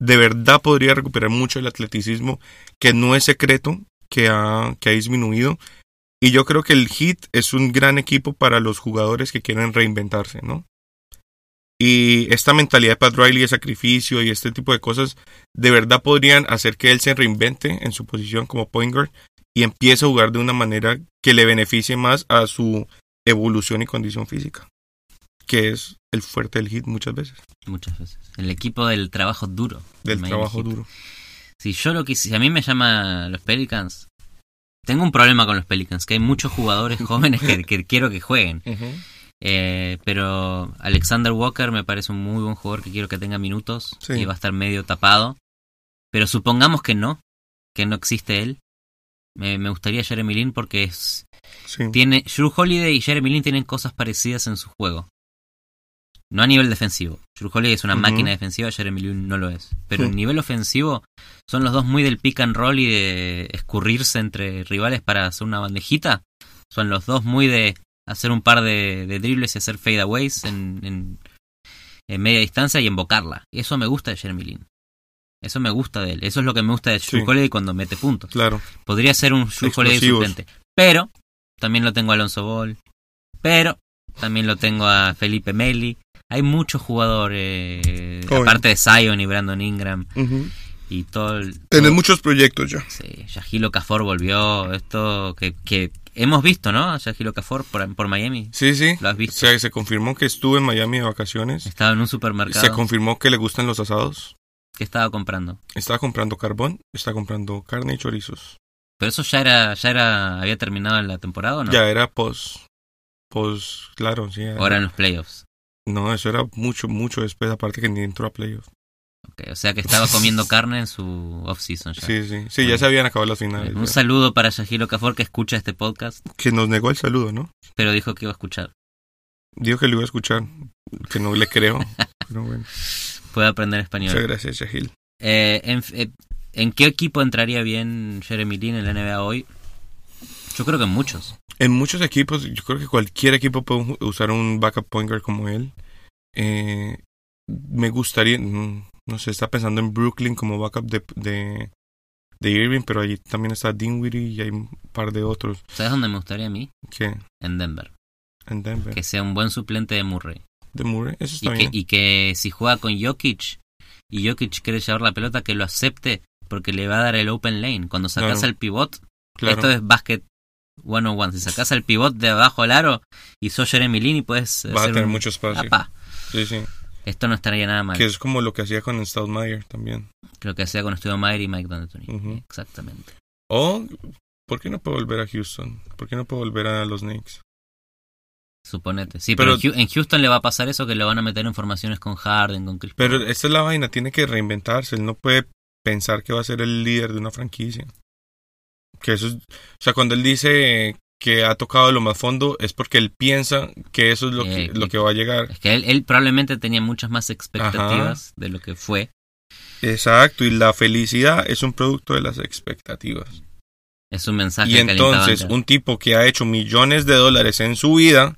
Speaker 1: de verdad podría recuperar mucho el atleticismo que no es secreto que ha, que ha disminuido. Y yo creo que el hit es un gran equipo para los jugadores que quieren reinventarse, ¿no? Y esta mentalidad de Pat Riley de sacrificio y este tipo de cosas, de verdad podrían hacer que él se reinvente en su posición como point guard y empiece a jugar de una manera que le beneficie más a su evolución y condición física, que es el fuerte del hit muchas veces,
Speaker 2: Muchas veces. El equipo del trabajo duro.
Speaker 1: del
Speaker 2: Miami
Speaker 1: trabajo
Speaker 2: Heat.
Speaker 1: duro.
Speaker 2: Si yo lo quisiera, si a mí me llama los Pelicans, tengo un problema con los Pelicans, que hay muchos jugadores jóvenes que- que quiero que jueguen. Eh, pero Alexander Walker me parece un muy buen jugador que quiero que tenga minutos
Speaker 1: Sí.
Speaker 2: y va a estar medio tapado. Pero supongamos que no, que no existe él. Me, me gustaría Jeremy Lin porque es,
Speaker 1: Sí.
Speaker 2: tiene Drew Holiday y Jeremy Lin tienen cosas parecidas en su juego. No a nivel defensivo. Drew Holiday es una
Speaker 1: Ujú.
Speaker 2: máquina defensiva, Jeremy Lin no lo es. Pero
Speaker 1: Sí.
Speaker 2: en nivel ofensivo son los dos muy del pick and roll y de escurrirse entre rivales para hacer una bandejita. Son los dos muy de hacer un par de, de dribles y hacer fadeaways en, en, en media distancia y embocarla. Y eso me gusta de Jeremy Lin. Eso me gusta de él. Eso es lo que me gusta de Drew
Speaker 1: Sí.
Speaker 2: Holiday cuando mete puntos.
Speaker 1: Claro,
Speaker 2: Podría ser un Drew Holiday
Speaker 1: Explosivos.
Speaker 2: suplente. Pero también lo tengo a Alonso Ball. Pero también lo tengo a Felipe Meli. Hay muchos jugadores, eh,
Speaker 1: Joven.
Speaker 2: aparte de Zion y Brandon Ingram y todo el...
Speaker 1: tenés
Speaker 2: todo-
Speaker 1: muchos proyectos ya.
Speaker 2: sí, Yajilo Okafor volvió, esto que, que hemos visto, ¿no? Yajilo Okafor por, por Miami,
Speaker 1: Sí, sí.
Speaker 2: lo has
Speaker 1: O
Speaker 2: visto.
Speaker 1: sea, se confirmó que estuve en Miami de vacaciones.
Speaker 2: Estaba en un
Speaker 1: Se
Speaker 2: supermercado
Speaker 1: confirmó que le gustan los asados.
Speaker 2: que estaba comprando.
Speaker 1: Está comprando carbón, está comprando carne y chorizos.
Speaker 2: Pero eso ya era, ya era, había terminado la temporada o no?
Speaker 1: Ya era post. Post, claro, sí.
Speaker 2: Ahora en los playoffs.
Speaker 1: No, eso era mucho, mucho después, aparte que ni entró a playoff.
Speaker 2: Ok, o sea que estaba comiendo carne en su off-season ya.
Speaker 1: Sí, sí. Sí,
Speaker 2: Bueno.
Speaker 1: ya se habían acabado las
Speaker 2: Bien,
Speaker 1: finales.
Speaker 2: Eh, Un
Speaker 1: ya.
Speaker 2: saludo para Yajiro Cafor que escucha este podcast,
Speaker 1: Que nos negó el saludo, ¿no?
Speaker 2: pero dijo que iba a escuchar.
Speaker 1: Dijo que lo iba a escuchar, que no le creo. Pero bueno,
Speaker 2: Puede aprender
Speaker 1: muchas
Speaker 2: español.
Speaker 1: gracias, Shahil.
Speaker 2: Eh, en, eh, ¿En qué equipo entraría bien Jeremy Lin en la NBA hoy? Yo creo que en muchos.
Speaker 1: En muchos equipos, yo creo que cualquier equipo puede ju- usar un backup point guard como él. Eh, me gustaría, mm, no sé, está pensando en Brooklyn como backup de, de, de Irving, pero allí también está Dinwiddie y hay un par de otros
Speaker 2: ¿Sabes dónde me gustaría a mí?
Speaker 1: que
Speaker 2: En Denver.
Speaker 1: en Denver.
Speaker 2: Que sea un buen suplente de Murray.
Speaker 1: De Murray, eso
Speaker 2: Y
Speaker 1: está
Speaker 2: que,
Speaker 1: bien.
Speaker 2: y que si juega con Jokic y Jokic quiere llevar la pelota, que lo acepte porque le va a dar el open lane. Cuando sacas
Speaker 1: Claro.
Speaker 2: al pivot,
Speaker 1: claro,
Speaker 2: Esto es básquet 101. Si sacas al pivot de abajo al aro y sos Jeremy Lin y puedes
Speaker 1: va a
Speaker 2: hacer
Speaker 1: tener
Speaker 2: un-
Speaker 1: mucho espacio.
Speaker 2: Apa,
Speaker 1: Sí, sí.
Speaker 2: esto no estaría nada mal.
Speaker 1: Que es como lo que hacía con Stoudemire también. Mm.
Speaker 2: Lo que hacía con Estudio Mayer y Mike D'Antoni.
Speaker 1: Ujú.
Speaker 2: Exactamente.
Speaker 1: O ¿Por qué no puedo volver a Houston? ¿Por qué no puedo volver a los Knicks?
Speaker 2: Suponete. Sí,
Speaker 1: Pero-
Speaker 2: pero, en Hu- en Houston le va a pasar eso que lo van a meter en formaciones con Harden, con Chris
Speaker 1: Pero
Speaker 2: Paul.
Speaker 1: esa es la vaina, tiene que reinventarse. Él no puede pensar que va a ser el líder de una franquicia. Que eso es- o sea, cuando él dice que ha tocado lo más fondo, es porque él piensa que eso es lo, que,
Speaker 2: Eh,
Speaker 1: lo que va a llegar.
Speaker 2: Es que él, él probablemente tenía muchas más expectativas de lo que fue.
Speaker 1: Exacto, y la felicidad es un producto de las expectativas.
Speaker 2: Es un mensaje
Speaker 1: Y
Speaker 2: que alentaba
Speaker 1: entonces,
Speaker 2: antes.
Speaker 1: un tipo que ha hecho millones de dólares en su vida,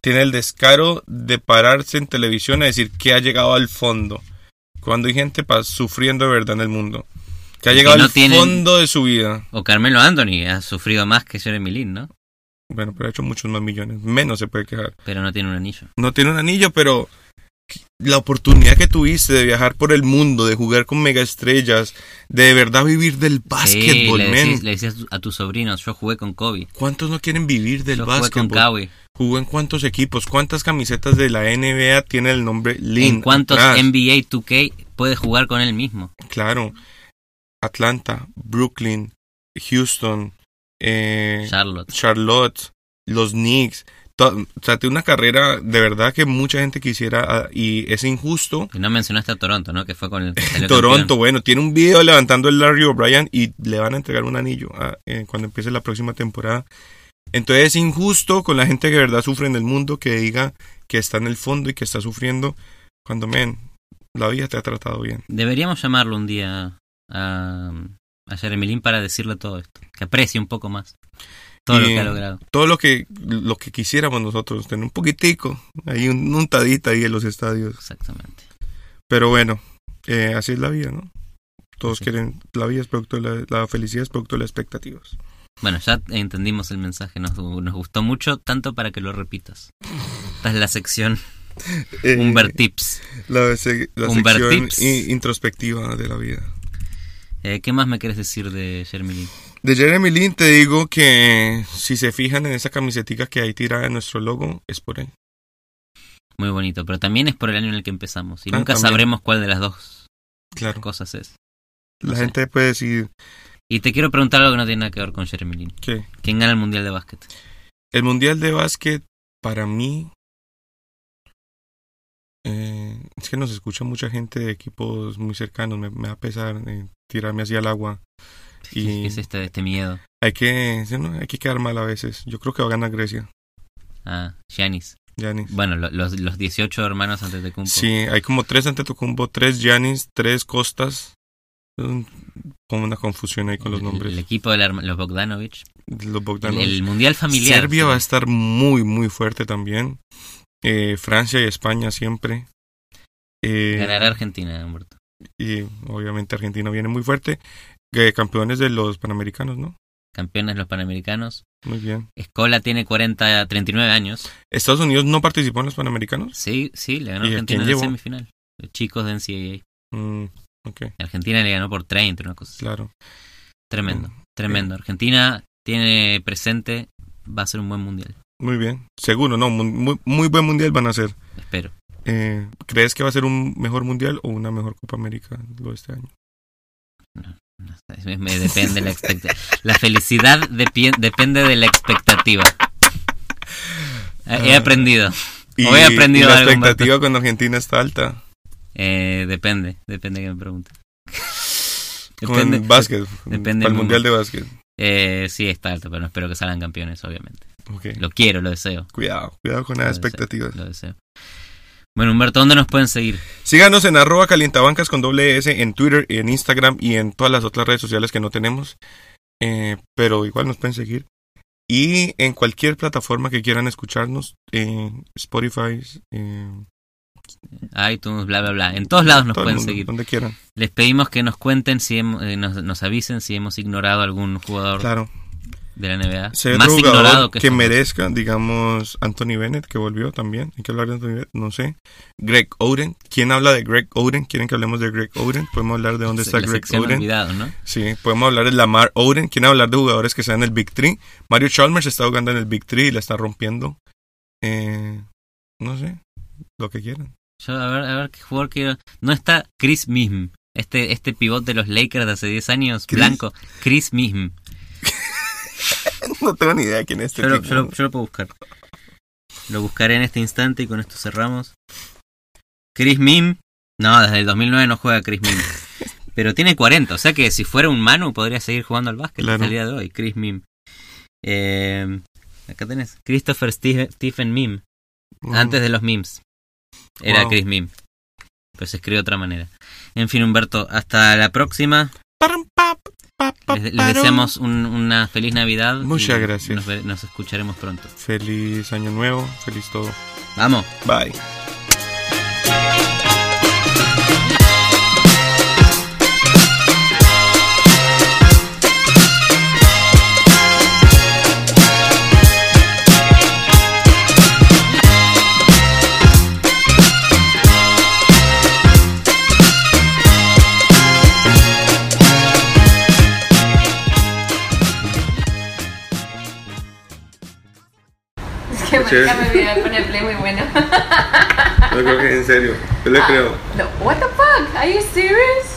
Speaker 1: tiene el descaro de pararse en televisión a decir que ha llegado al fondo. Cuando hay gente pa- sufriendo de verdad en el mundo. Que ha
Speaker 2: Y que
Speaker 1: llegado
Speaker 2: no
Speaker 1: al
Speaker 2: tienen-
Speaker 1: fondo de su vida.
Speaker 2: O Carmelo Anthony ha sufrido más que Jeremy Lin, ¿no?
Speaker 1: Bueno, pero ha hecho muchos más millones. Menos se puede quejar.
Speaker 2: Pero no tiene un anillo.
Speaker 1: No tiene un anillo, pero la oportunidad que tuviste de viajar por el mundo, de jugar con megaestrellas, de de verdad vivir del
Speaker 2: Sí,
Speaker 1: básquetbol,
Speaker 2: le
Speaker 1: men.
Speaker 2: decís, le decías a tus sobrinos, yo jugué con Kobe,
Speaker 1: ¿Cuántos no quieren vivir del
Speaker 2: yo jugué con
Speaker 1: básquetbol?
Speaker 2: Kawhi,
Speaker 1: Jugó en cuántos equipos, cuántas camisetas de la NBA tiene el nombre Lin.
Speaker 2: en cuántos
Speaker 1: atrás?
Speaker 2: NBA 2K puede jugar con él mismo.
Speaker 1: Claro. Atlanta, Brooklyn, Houston, eh,
Speaker 2: Charlotte.
Speaker 1: Charlotte, los Knicks. to- o sea, tiene una carrera de verdad que mucha gente quisiera ah, y es injusto.
Speaker 2: Y no mencionaste a Toronto, ¿no? Que fue con el que salió
Speaker 1: Toronto,
Speaker 2: campeón.
Speaker 1: bueno, tiene un video levantando el Larry O'Brien y le van a entregar un anillo a- eh, cuando empiece la próxima temporada. Entonces es injusto con la gente que de verdad sufre en el mundo que diga que está en el fondo y que está sufriendo cuando, men, la vida te ha tratado bien.
Speaker 2: Deberíamos llamarlo un día a, a Jeremy Lin para decirle todo esto. Que aprecie un poco más todo lo
Speaker 1: Y-
Speaker 2: que ha logrado.
Speaker 1: Todo lo que, lo que quisiéramos nosotros, tener un poquitico, ahí un, un tadita ahí en los estadios.
Speaker 2: Exactamente.
Speaker 1: Pero bueno, eh, así es la vida, ¿no? Todos
Speaker 2: Sí.
Speaker 1: quieren, la vida es producto de la, la felicidad es producto de las expectativas.
Speaker 2: Bueno, ya entendimos el mensaje. Nos, nos gustó mucho, tanto para que lo repitas. Esta es la sección
Speaker 1: Eh,
Speaker 2: Humbertips.
Speaker 1: La, se- la
Speaker 2: Humbert
Speaker 1: sección
Speaker 2: Tips.
Speaker 1: i- introspectiva de la vida.
Speaker 2: Eh, ¿Qué más me quieres decir de Jeremy Lin?
Speaker 1: De Jeremy Lin te digo que si se fijan en esa camisetica que hay tirada en nuestro logo, es por él.
Speaker 2: Muy bonito, pero también es por el año en el que empezamos. Y
Speaker 1: Ah,
Speaker 2: nunca
Speaker 1: también.
Speaker 2: sabremos cuál de las dos
Speaker 1: Claro.
Speaker 2: cosas es.
Speaker 1: La
Speaker 2: sé.
Speaker 1: gente puede decir
Speaker 2: Y te quiero preguntar algo que no tiene nada que ver con Jeremy Lin.
Speaker 1: que
Speaker 2: ¿Quién gana el Mundial de Básquet?
Speaker 1: el Mundial de Básquet, para mí, eh, es que nos escucha mucha gente de equipos muy cercanos. Me, me va a pesar eh, tirarme hacia el agua. Y-
Speaker 2: ¿Qué es este, este miedo?
Speaker 1: Hay que, sí, ¿no? hay que quedar mal a veces. Yo creo que va a ganar Grecia,
Speaker 2: Ah, Giannis.
Speaker 1: Giannis.
Speaker 2: Bueno, lo- los, los 18 hermanos antes de cumplir.
Speaker 1: Sí, hay como tres Antetokounmpo, tres Giannis, tres Costas. Mm, Como una confusión ahí con los
Speaker 2: El,
Speaker 1: nombres.
Speaker 2: equipo de la herma- los Bogdanovich.
Speaker 1: Los
Speaker 2: El,
Speaker 1: Bogdanovich.
Speaker 2: el Mundial familiar.
Speaker 1: Serbia
Speaker 2: sí.
Speaker 1: va a estar muy, muy fuerte también. Eh, Francia y España siempre. Eh,
Speaker 2: Ganará Argentina, Humberto.
Speaker 1: Y obviamente Argentina viene muy fuerte. Eh, campeones de los Panamericanos, ¿no?
Speaker 2: Campeones los Panamericanos.
Speaker 1: Muy bien.
Speaker 2: Escola tiene 40, 39 años.
Speaker 1: ¿Estados Unidos no participó en los Panamericanos?
Speaker 2: Sí, sí, le ganó
Speaker 1: ¿Y a quién
Speaker 2: Argentina en la
Speaker 1: llevó?
Speaker 2: semifinal. Los chicos de NCAA.
Speaker 1: Mm, ok,
Speaker 2: Argentina le ganó por 30, una cosa así.
Speaker 1: claro.
Speaker 2: Tremendo, tremendo. Argentina tiene presente, va a ser un buen mundial.
Speaker 1: Muy bien. Seguro, ¿no? Muy, muy- muy buen mundial van a ser.
Speaker 2: Espero.
Speaker 1: Eh, ¿Crees que va a ser un mejor mundial o una mejor Copa América lo de este año?
Speaker 2: No sé, Me, me depende la expectativa. La felicidad depi- depende de la expectativa. He
Speaker 1: Ah.
Speaker 2: aprendido. Hoy he aprendido
Speaker 1: y la
Speaker 2: algo,
Speaker 1: expectativa con Argentina está alta.
Speaker 2: Eh, depende, depende que me pregunte.
Speaker 1: con básquet.
Speaker 2: depende
Speaker 1: para el
Speaker 2: muy
Speaker 1: mundial de básquet.
Speaker 2: Eh, sí, está alto, pero no espero que salgan campeones, obviamente.
Speaker 1: Ok.
Speaker 2: Lo quiero, lo deseo,
Speaker 1: Cuidado, cuidado con las
Speaker 2: Puede ser.
Speaker 1: expectativas.
Speaker 2: lo deseo. Bueno, Humberto, ¿dónde nos pueden seguir?
Speaker 1: Síganos en arroba calientabancas con doble S en Twitter, en Instagram y en todas las otras redes sociales que no tenemos. Eh, pero igual nos pueden seguir. Y en cualquier plataforma que quieran escucharnos, eh, Spotify, eh,
Speaker 2: iTunes, bla, bla, bla. En todos lados nos
Speaker 1: todo el
Speaker 2: pueden
Speaker 1: mundo,
Speaker 2: seguir.
Speaker 1: Donde quieran.
Speaker 2: Les pedimos que nos cuenten, si hemo- eh, nos, nos avisen si hemos ignorado algún jugador
Speaker 1: Claro.
Speaker 2: de la NBA.
Speaker 1: Se ve
Speaker 2: Más
Speaker 1: otro jugador
Speaker 2: ignorado
Speaker 1: que,
Speaker 2: que, Jordan.
Speaker 1: merezca, digamos, Anthony Bennett, que volvió también. Hay que hablar de Anthony Bennett, no sé. Greg Oden. ¿Quién habla de Greg Oden? ¿Quieren que hablemos de Greg Oden? Podemos hablar de dónde
Speaker 2: Se-
Speaker 1: está
Speaker 2: la
Speaker 1: Greg
Speaker 2: sección
Speaker 1: Oden.
Speaker 2: olvidado, ¿no?
Speaker 1: Sí, podemos hablar de Lamar Oden. ¿Quieren hablar de jugadores que sean el Big Three? Mario Chalmers está jugando en el Big Three y la está rompiendo. Eh, no sé, lo que quieran.
Speaker 2: Yo, a ver, a ver qué jugador quiero. No está Chris Mism. Este, este pivot de los Lakers de hace 10 años,
Speaker 1: Chris-
Speaker 2: blanco. Chris Mism.
Speaker 1: no tengo ni idea de quién es este
Speaker 2: Yo lo,
Speaker 1: tipo.
Speaker 2: yo lo- yo lo puedo buscar. Lo buscaré en este instante y con esto cerramos. Chris Mim. No, desde el 2009 no juega Chris Mim. Pero tiene 40, o sea que si fuera un Manu podría seguir jugando al básquet
Speaker 1: Claro.
Speaker 2: hasta el día de hoy. Chris Mim. Eh, acá tenés. Christopher Steve- Stephen Mim.
Speaker 1: Mm.
Speaker 2: Antes de los memes. Era
Speaker 1: Wow.
Speaker 2: Chris Mim. Pero se escribe de otra manera. En fin, Humberto, hasta la próxima.
Speaker 1: Param, pa, pa, pa,
Speaker 2: Les, les
Speaker 1: param.
Speaker 2: deseamos un- una feliz Navidad.
Speaker 1: Muchas
Speaker 2: y
Speaker 1: gracias.
Speaker 2: Nos, ve- nos escucharemos pronto.
Speaker 1: Feliz año nuevo, feliz todo.
Speaker 2: Vamos.
Speaker 1: Bye.
Speaker 3: Es que
Speaker 1: Chévere.
Speaker 3: Marica me olvidé de ponerle muy bueno.
Speaker 1: No creo que es en serio. Yo le creo.
Speaker 3: No, what the fuck? Are you serious?